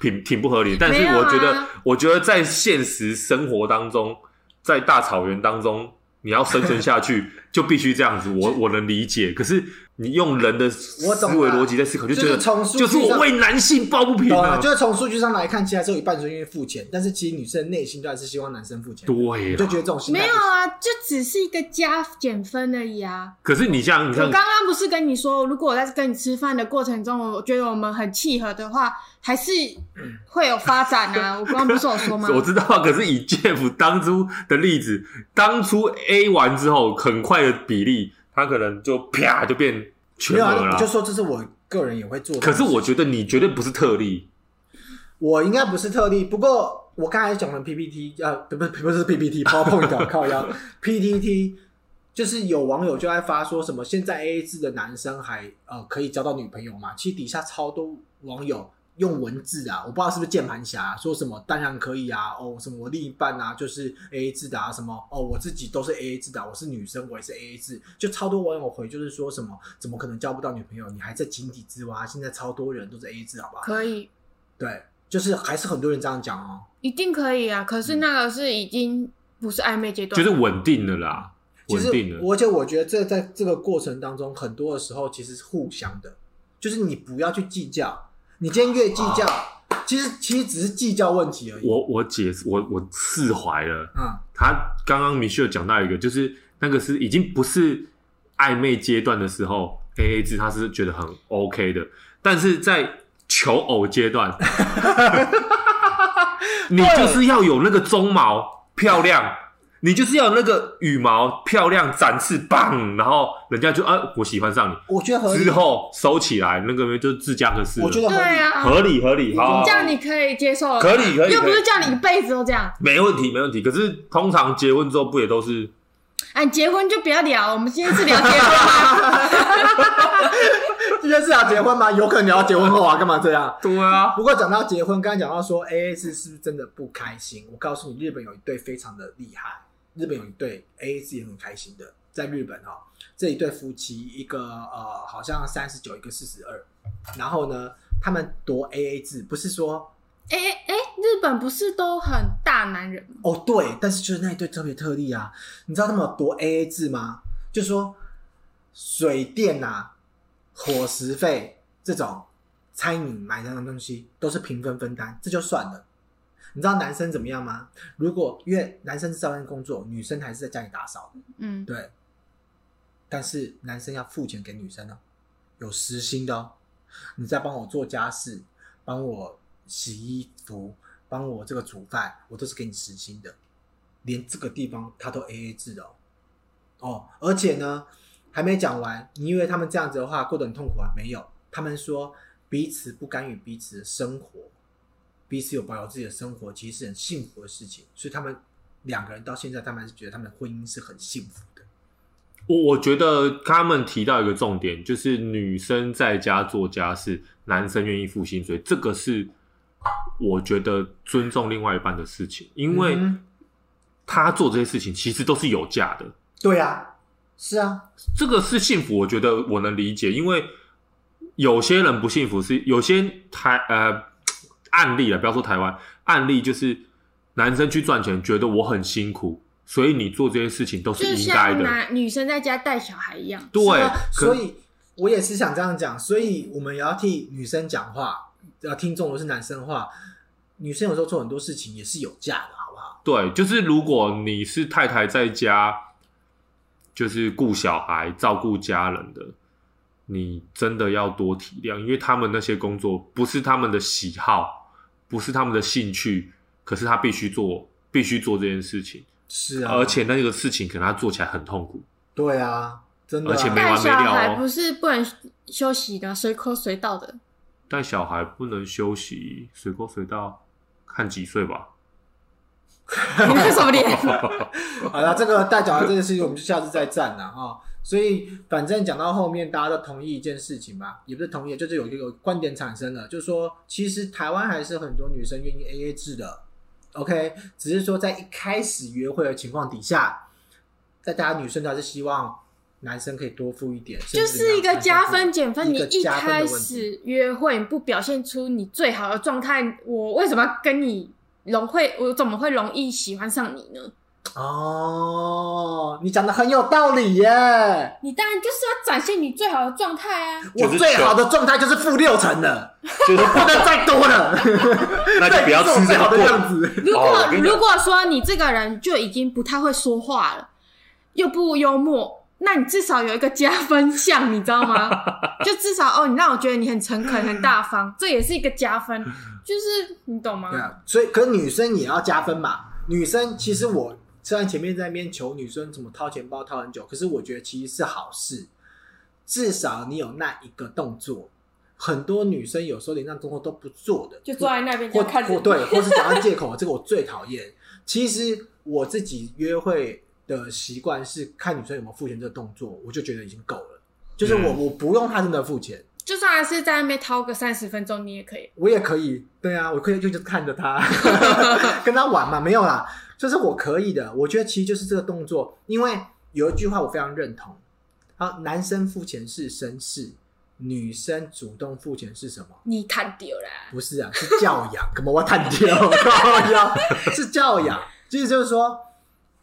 Speaker 3: 挺挺不合理，但是
Speaker 4: 没有啊
Speaker 3: 我觉得、我觉得在现实生活当中，在大草原当中。你要生存下 去，就必须这样子。我我能理解，可是你用人的思
Speaker 2: 我懂啊
Speaker 3: 维逻辑在思考，就觉
Speaker 2: 就
Speaker 3: 得
Speaker 2: 是从数据
Speaker 3: 就是我为男性抱不平
Speaker 2: 懂吗？
Speaker 3: 啊
Speaker 2: 就。是从数据上来看，其实还是有一半是愿意付钱，但是其实女生内心都还是希望男生付钱，
Speaker 3: 对
Speaker 2: 你
Speaker 3: 啦，
Speaker 2: 就觉得这种心态
Speaker 4: 没有啊，就只是一个加减分而已啊。
Speaker 3: 可是你像你
Speaker 4: 我
Speaker 3: 像
Speaker 4: 刚刚不是跟你说，如果我在跟你吃饭的过程中，我觉得我们很契合的话，还是会有发展 啊。我刚刚不是有说吗？
Speaker 3: 我知道啊，可是以 Jeff 当初的例子，当初 A 完之后，很快的比例，他可能就啪就变全
Speaker 2: 没有
Speaker 3: 额
Speaker 2: 啊，
Speaker 3: 了
Speaker 2: 你就。说这是我个人也会做的
Speaker 3: 可
Speaker 2: 事情。
Speaker 3: 是我觉得你绝对不是特例，
Speaker 2: 我应该不是特例，不过我刚才讲的 PPT，呃，不不不是 PPT，包碰一啊靠腰 PPT，就是有网友就在发说什么现在 AA 制的男生还呃可以交到女朋友嘛？其实底下超多网友用文字啊，我不知道是不是键盘侠、说什么当然可以啊，哦什么我另一半啊就是 AA 制的啊，什么哦我自己都是 AA 制的啊、我是女生我也是 AA 制，就超多网友回就是说什么怎么可能交不到女朋友？你还在井底之蛙，现在超多人都是 AA 制，好不好？
Speaker 4: 可以，
Speaker 2: 对，就是还是很多人这样讲哦。
Speaker 4: 一定可以啊。可是那个是已经不是暧昧阶段，
Speaker 3: 就是稳定的啦，
Speaker 2: 其
Speaker 3: 稳
Speaker 2: 实
Speaker 3: 定，的。
Speaker 2: 而且啊我觉得这在这个过程当中，很多的时候其实是互相的，就是你不要去计较，你今天越计较，其实其实只是计较问题而已。
Speaker 3: 我我解释我我释怀了。
Speaker 2: 嗯，
Speaker 3: 他刚刚米秀讲到一个，就是那个是已经不是暧昧阶段的时候，A A 制他是觉得很 OK 的，但是在求偶阶段，你就是要有那个鬃毛漂亮，你就是要有那个羽毛漂亮展翅棒，然后人家就啊我喜欢上你，
Speaker 2: 我觉得合理
Speaker 3: 之，后收起来，那个就自家的事了。
Speaker 2: 我觉得合
Speaker 4: 对
Speaker 2: 理。
Speaker 4: 啊，
Speaker 3: 合理合理，好，
Speaker 4: 这样你可以接受了吧，
Speaker 3: 可以可以，
Speaker 4: 又不
Speaker 3: 可以
Speaker 4: 是叫你一辈子都这样。
Speaker 3: 没问题没问题。可是通常结婚之后不也都是
Speaker 4: 哎，结婚就不要聊，我们今天是聊结婚吗？
Speaker 2: 今天是要结婚吗？有可能要结婚后啊，干嘛这 样？
Speaker 3: 对啊，
Speaker 2: 不过讲到结婚，刚才讲到说 A A 制是不是真的不开心？我告诉你，日本有一对非常的厉害，日本有一对 A A 制也很开心的，在日本哦，这一对夫妻，一个呃好像三十九，一个四十二，然后呢，他们夺 A A 制，不是说
Speaker 4: 哎哎哎，日本不是都很大男人吗？
Speaker 2: 哦对，但是就是那一对特别特例啊，你知道他们有夺 A A 制吗？就说水电啊、伙食费这种餐饮买这种东西都是平分分担，这就算了。你知道男生怎么样吗？如果因为男生是照样工作，女生还是在家里打扫的，
Speaker 4: 嗯，
Speaker 2: 对。但是男生要付钱给女生哦，有时薪的哦。你在帮我做家事，帮我洗衣服，帮我这个煮饭，我都是给你时薪的，连这个地方他都 A A 制的哦。哦，而且呢，还没讲完，你以为他们这样子的话过得很痛苦啊？没有，他们说彼此不干预彼此的生活，彼此有保有自己的生活，其实是很幸福的事情。所以他们两个人到现在，他们还是觉得他们的婚姻是很幸福的。
Speaker 3: 我我觉得他们提到一个重点，就是女生在家做家事，男生愿意付薪水，这个是我觉得尊重另外一半的事情，因为
Speaker 2: 嗯
Speaker 3: 他做这些事情其实都是有价的，
Speaker 2: 对啊，是啊，
Speaker 3: 这个是幸福，我觉得我能理解，因为有些人不幸福是有些台呃案例了，不要说台湾案例，就是男生去赚钱，觉得我很辛苦，所以你做这些事情都是
Speaker 4: 就
Speaker 3: 应该
Speaker 4: 像
Speaker 3: 的，
Speaker 4: 男女生在家带小孩一样，
Speaker 3: 对
Speaker 2: 是啊，
Speaker 3: 可
Speaker 2: 所以我也是想这样讲，所以我们也要替女生讲话，要听众都是男生话，女生有时候做很多事情也是有价的，好不好？
Speaker 3: 对，就是如果你是太太在家，就是顾小孩、照顾家人的，你真的要多体谅，因为他们那些工作不是他们的喜好，不是他们的兴趣，可是他必须做，必须做这件事情，
Speaker 2: 是啊，
Speaker 3: 而且那个事情可能他做起来很痛苦。
Speaker 2: 对啊，真的
Speaker 3: 而
Speaker 2: 啊、
Speaker 3: 且没
Speaker 4: 带
Speaker 3: 完没
Speaker 4: 小
Speaker 3: 了哦
Speaker 4: 孩不是不能休息的，随口随到的。
Speaker 3: 带小孩不能休息，随过随到，看几岁 吧。
Speaker 4: 你那什 么脸？
Speaker 2: 好了，这个带小孩这件事情，我们就下次再战了哈、所以反正讲到后面，大家都同意一件事情吧，也不是同意，就是有一个观点产生了，就是说，其实台湾还是很多女生愿意 A A 制的，OK，只是说在一开始约会的情况底下，在大家女生还是希望男生可以多付一点，甚
Speaker 4: 就
Speaker 2: 至让
Speaker 4: 是一个加
Speaker 2: 男
Speaker 4: 分
Speaker 2: 生
Speaker 4: 减分。你
Speaker 2: 一个
Speaker 4: 一
Speaker 2: 加分
Speaker 4: 开
Speaker 2: 的问题
Speaker 4: 始约会，你不表现出你最好的状态，我为什么要跟你容会？我怎么会容易喜欢上你呢？
Speaker 2: 哦，你讲的很有道理耶，
Speaker 5: 你当然就是要展现你最好的状态啊！
Speaker 2: 我
Speaker 3: 就是
Speaker 2: 最
Speaker 3: 求
Speaker 2: 好的状态就是负六成了，
Speaker 3: 就是
Speaker 2: 不能再多了，
Speaker 3: 那就不要
Speaker 2: 这是
Speaker 3: 吃这
Speaker 2: 我最好
Speaker 3: 个
Speaker 2: 的
Speaker 3: 过
Speaker 2: 样子。
Speaker 4: 如果、
Speaker 3: 哦我跟你讲
Speaker 4: 如果说你这个人就已经不太会说话了，又不幽默，那你至少有一个加分项，你知道 吗？就至少哦，你让我觉得你很诚恳、很 大方，这也是一个加分，就是你懂吗？
Speaker 2: 对啊，所以可是女生也要加分嘛。女生其实我虽然前面在那边求女生怎么掏钱包掏很久，可是我觉得其实是好事，至少你有那一个动作。很多女生有时候连那动作都不做的，
Speaker 5: 就坐在那边
Speaker 2: 或
Speaker 5: 就看
Speaker 2: 或
Speaker 5: 着，
Speaker 2: 对，或是找到借口，这个我最讨厌。其实我自己约会的习惯是看女生有没有付钱这个动作，我就觉得已经够了。就是我、
Speaker 3: 嗯
Speaker 2: 我不用她真的付钱，
Speaker 4: 就算是在那边掏个三十分钟，你也可以。
Speaker 2: 我也可以，对啊，我可以就就看着他，跟他玩嘛，没有啦，就是我可以的。我觉得其实就是这个动作，因为有一句话我非常认同，啊，男生付钱是绅士，女生主动付钱是什么？
Speaker 4: 你看丢啦，
Speaker 2: 不是啊，是教养， 干嘛我探掉？靠腰是教养，其实就是说，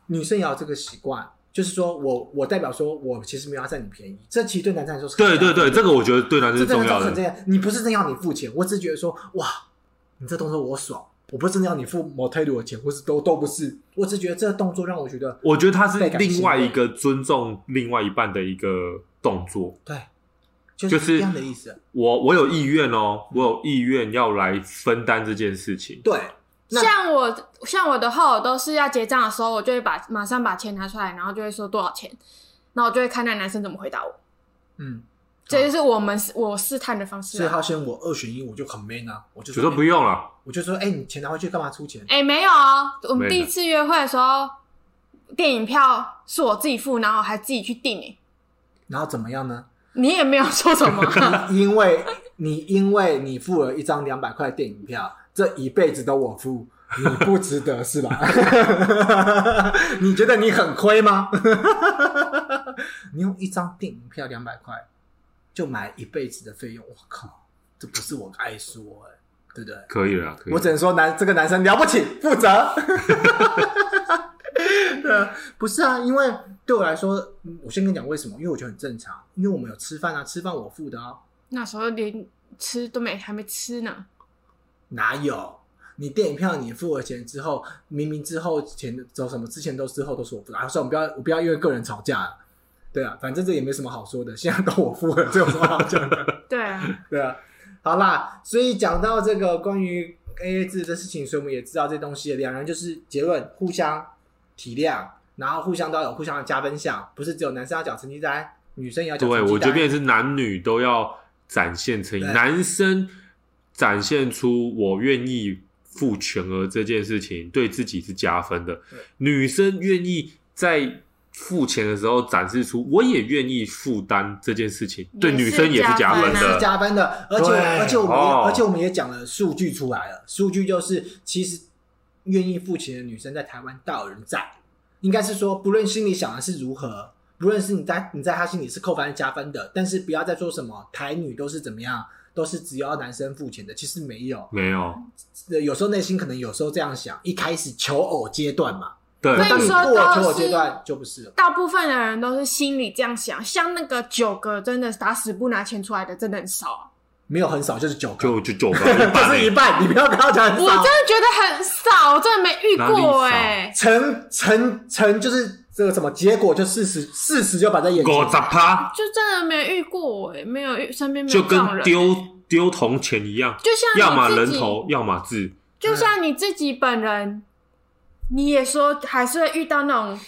Speaker 2: 女生也要有这个习惯，就是说我我代表说我其实没有要占你便宜，这其实对男生来说是很
Speaker 3: 对对
Speaker 2: 大的
Speaker 3: 对，这个我觉得对男生是
Speaker 2: 这真
Speaker 3: 重
Speaker 2: 的造
Speaker 3: 要
Speaker 2: 成这
Speaker 3: 的。
Speaker 2: 样，你不是真要你付钱，我只是觉得说，哇，你这动作我爽，我不是真的要你付 motel 的钱，或是都都不是，我只觉得这个动作让我觉得
Speaker 3: 我觉得它是
Speaker 2: 倍感欣慰
Speaker 3: 另外一个尊重另外一半的一个动作。
Speaker 2: 对，就
Speaker 3: 就是是
Speaker 2: 一样的意思。
Speaker 3: 我我有意愿哦，
Speaker 2: 嗯
Speaker 3: 我有意愿要来分担这件事情。
Speaker 2: 对，那
Speaker 4: 像我像我的话，我都是要结账的时候，我就会把马上把钱拿出来，然后就会说多少钱，然后我就会看那男生怎么回答我。
Speaker 2: 嗯，
Speaker 4: 这就是我们我试探的方式
Speaker 2: 所以
Speaker 4: 啊、
Speaker 2: 浩轩我二选一，我就很 man 啊，我就
Speaker 3: 就说不，用了，
Speaker 2: 我就说哎、你钱拿回去干嘛出钱？
Speaker 4: 哎、没有哦，我
Speaker 3: 没有
Speaker 4: 们第一次约会的时候，电影票是我自己付，然后我还自己去订诶、
Speaker 2: 然后怎么样呢？
Speaker 4: 你也没有说什么啊、
Speaker 2: 因为你因为你付了一张两百块电影票，这一辈子都我付，你不值得是吧？ 你觉得你很亏吗？你用一张电影票两百块就买一辈子的费用，我靠，这不是我爱说哎、对不对？
Speaker 3: 可以了啦，可以了。
Speaker 2: 我只能说男这个男生了不起，负责。 对啊，不是啊，因为对我来说，嗯我先跟你讲为什么，因为我觉得很正常，因为我们有吃饭啊，吃饭我付的啊，
Speaker 4: 那时候连吃都没还没吃呢，
Speaker 2: 哪有？你电影票你付了钱之后，明明之后钱走什么之前都之后都是我付的，啊，算了，我们不要我不要因为个人吵架了，对啊，反正这也没什么好说的，现在都我付了，这有什么好讲的？
Speaker 4: 对啊，
Speaker 2: 对啊，好啦，所以讲到这个关于 AA 制的事情，所以我们也知道这东西了，两人就是结论，互相体谅，然后互相都要有互相的加分项，不是只有男生要缴成绩单，女生也要缴
Speaker 3: 对，
Speaker 2: 成绩
Speaker 3: 我
Speaker 2: 单。
Speaker 3: 觉得变成是男女都要展现诚意，
Speaker 2: 对
Speaker 3: 男生展现出我愿意负全额这件事情，对自己是加分的
Speaker 2: 对；
Speaker 3: 女生愿意在付钱的时候展示出我也愿意负担这件事情，对
Speaker 4: 也
Speaker 3: 女
Speaker 4: 是
Speaker 3: 生也是加
Speaker 4: 加
Speaker 3: 分
Speaker 4: 分
Speaker 2: 是
Speaker 4: 啊
Speaker 3: 的。
Speaker 2: 加分的，而且
Speaker 3: 对
Speaker 2: 而且我们也、
Speaker 3: 哦
Speaker 2: 而且我们也讲了数据出来了，数据就是其实愿意付钱的女生在台湾大有人在，应该是说不论心里想的是如何，不论是你在你在她心里是扣分还是加分的，但是不要再说什么台女都是怎么样，都是只要男生付钱的，其实没有，
Speaker 3: 没有，
Speaker 2: 呃有时候内心可能有时候这样想，一开始求偶阶段嘛，
Speaker 3: 对，
Speaker 2: 那当你
Speaker 4: 所以说
Speaker 2: 过了求偶
Speaker 4: 都是
Speaker 2: 阶段就不是了。
Speaker 4: 大部分的人都是心里这样想，像那个九个真的打死不拿钱出来的，真的很少、啊。
Speaker 2: 没有很少，就是九个，
Speaker 3: 就就九分，
Speaker 2: 就
Speaker 3: 半
Speaker 2: 是一半。 你不要跟他讲很少，
Speaker 4: 我真的觉得很少，我真的没遇过
Speaker 3: 哪里少
Speaker 4: 哎、
Speaker 2: 成成成就是这个什么结果，就事实事实就摆在眼前。
Speaker 3: 五十趴，
Speaker 4: 就真的没遇过哎、没有遇身边没有
Speaker 3: 就
Speaker 4: 这种
Speaker 3: 跟
Speaker 4: 人，
Speaker 3: 丢丢铜钱一样，
Speaker 4: 就像你
Speaker 3: 要么人
Speaker 4: 自己
Speaker 3: 头，要么字。
Speaker 2: 啊
Speaker 4: 就像你自己本人，你也说还是会遇到那种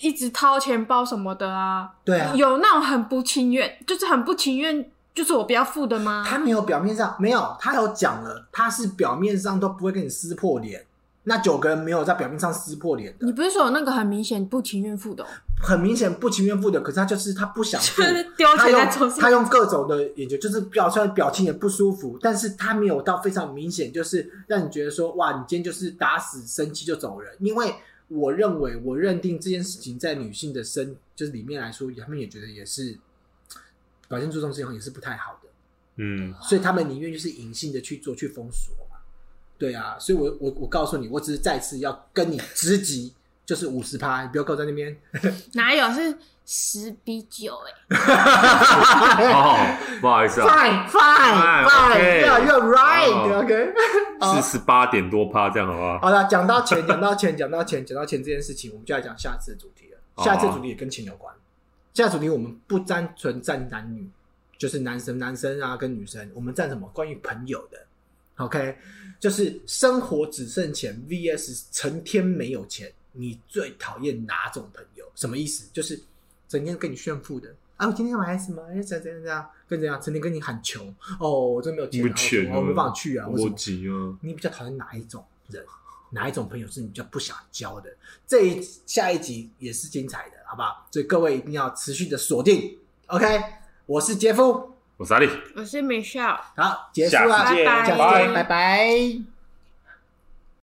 Speaker 4: 一直掏钱包什么的啊，
Speaker 2: 对啊，
Speaker 4: 有那种很不情愿，就是很不情愿，就是我不要付的吗？
Speaker 2: 他没有表面上没有，他有讲了，他是表面上都不会跟你撕破脸。那九个人没有在表面上撕破脸的，
Speaker 4: 你不是说有那个很明显不情愿付的哦、
Speaker 2: 很明显不情愿付的，可是他就是 他不想付
Speaker 4: 就，是丢
Speaker 2: 他
Speaker 4: 钱
Speaker 2: 用
Speaker 4: 在桌
Speaker 2: 他
Speaker 4: 上，
Speaker 2: 用各种的眼睛，就是表出来的表情也不舒服，但是他没有到非常明显，就是让你觉得说哇，你今天就是打死生气就走人。因为我认为，我认定这件事情在女性的身就是里面来说，他们也觉得也是表现出这种事情也是不太好的，
Speaker 3: 嗯，
Speaker 2: 所以他们宁愿就是隐性的去做去封锁嘛。对啊，所以我我我告诉你，我只是再次要跟你直击，就是五十趴，你不要靠在那边。
Speaker 4: 哪有是十比九哎、
Speaker 2: 哎
Speaker 3: 哦，不好意思啊，
Speaker 2: Fine, fine, fine.
Speaker 3: okay.
Speaker 2: Yeah, you're right.
Speaker 3: 哦
Speaker 2: OK.
Speaker 3: 四十八点多趴，这样好不好？
Speaker 2: 好了，讲到钱， 讲到钱，讲到钱，讲到钱这件事情，我们就来讲下次的主题了。
Speaker 3: 哦
Speaker 2: 下次的主题也跟钱有关。下次的主题我们不单纯站男女，就是男生男生啊跟女生，我们站什么？关于朋友的。OK，就是生活只剩钱 VS 成天没有钱，你最讨厌哪种朋友？什么意思？就是整天跟你炫富的。啊，我今天要买什么？哎，怎样怎样怎样，跟怎样，成天跟你喊穷哦，我真没有钱、啊，
Speaker 3: 没钱啊
Speaker 2: 我没办法去啊，我什
Speaker 3: 我
Speaker 2: 么
Speaker 3: 急啊！
Speaker 2: 你比较讨厌哪一种人，哪一种朋友是你比较不想交的？这一下一集也是精彩的，好不好？所以各位一定要持续的锁定。OK，我是杰夫，
Speaker 3: 我是阿力。
Speaker 4: 我是 Michelle。
Speaker 2: 好，结束
Speaker 3: 下
Speaker 2: 了，
Speaker 3: 次见
Speaker 2: 下次
Speaker 4: 拜拜
Speaker 2: 见，拜拜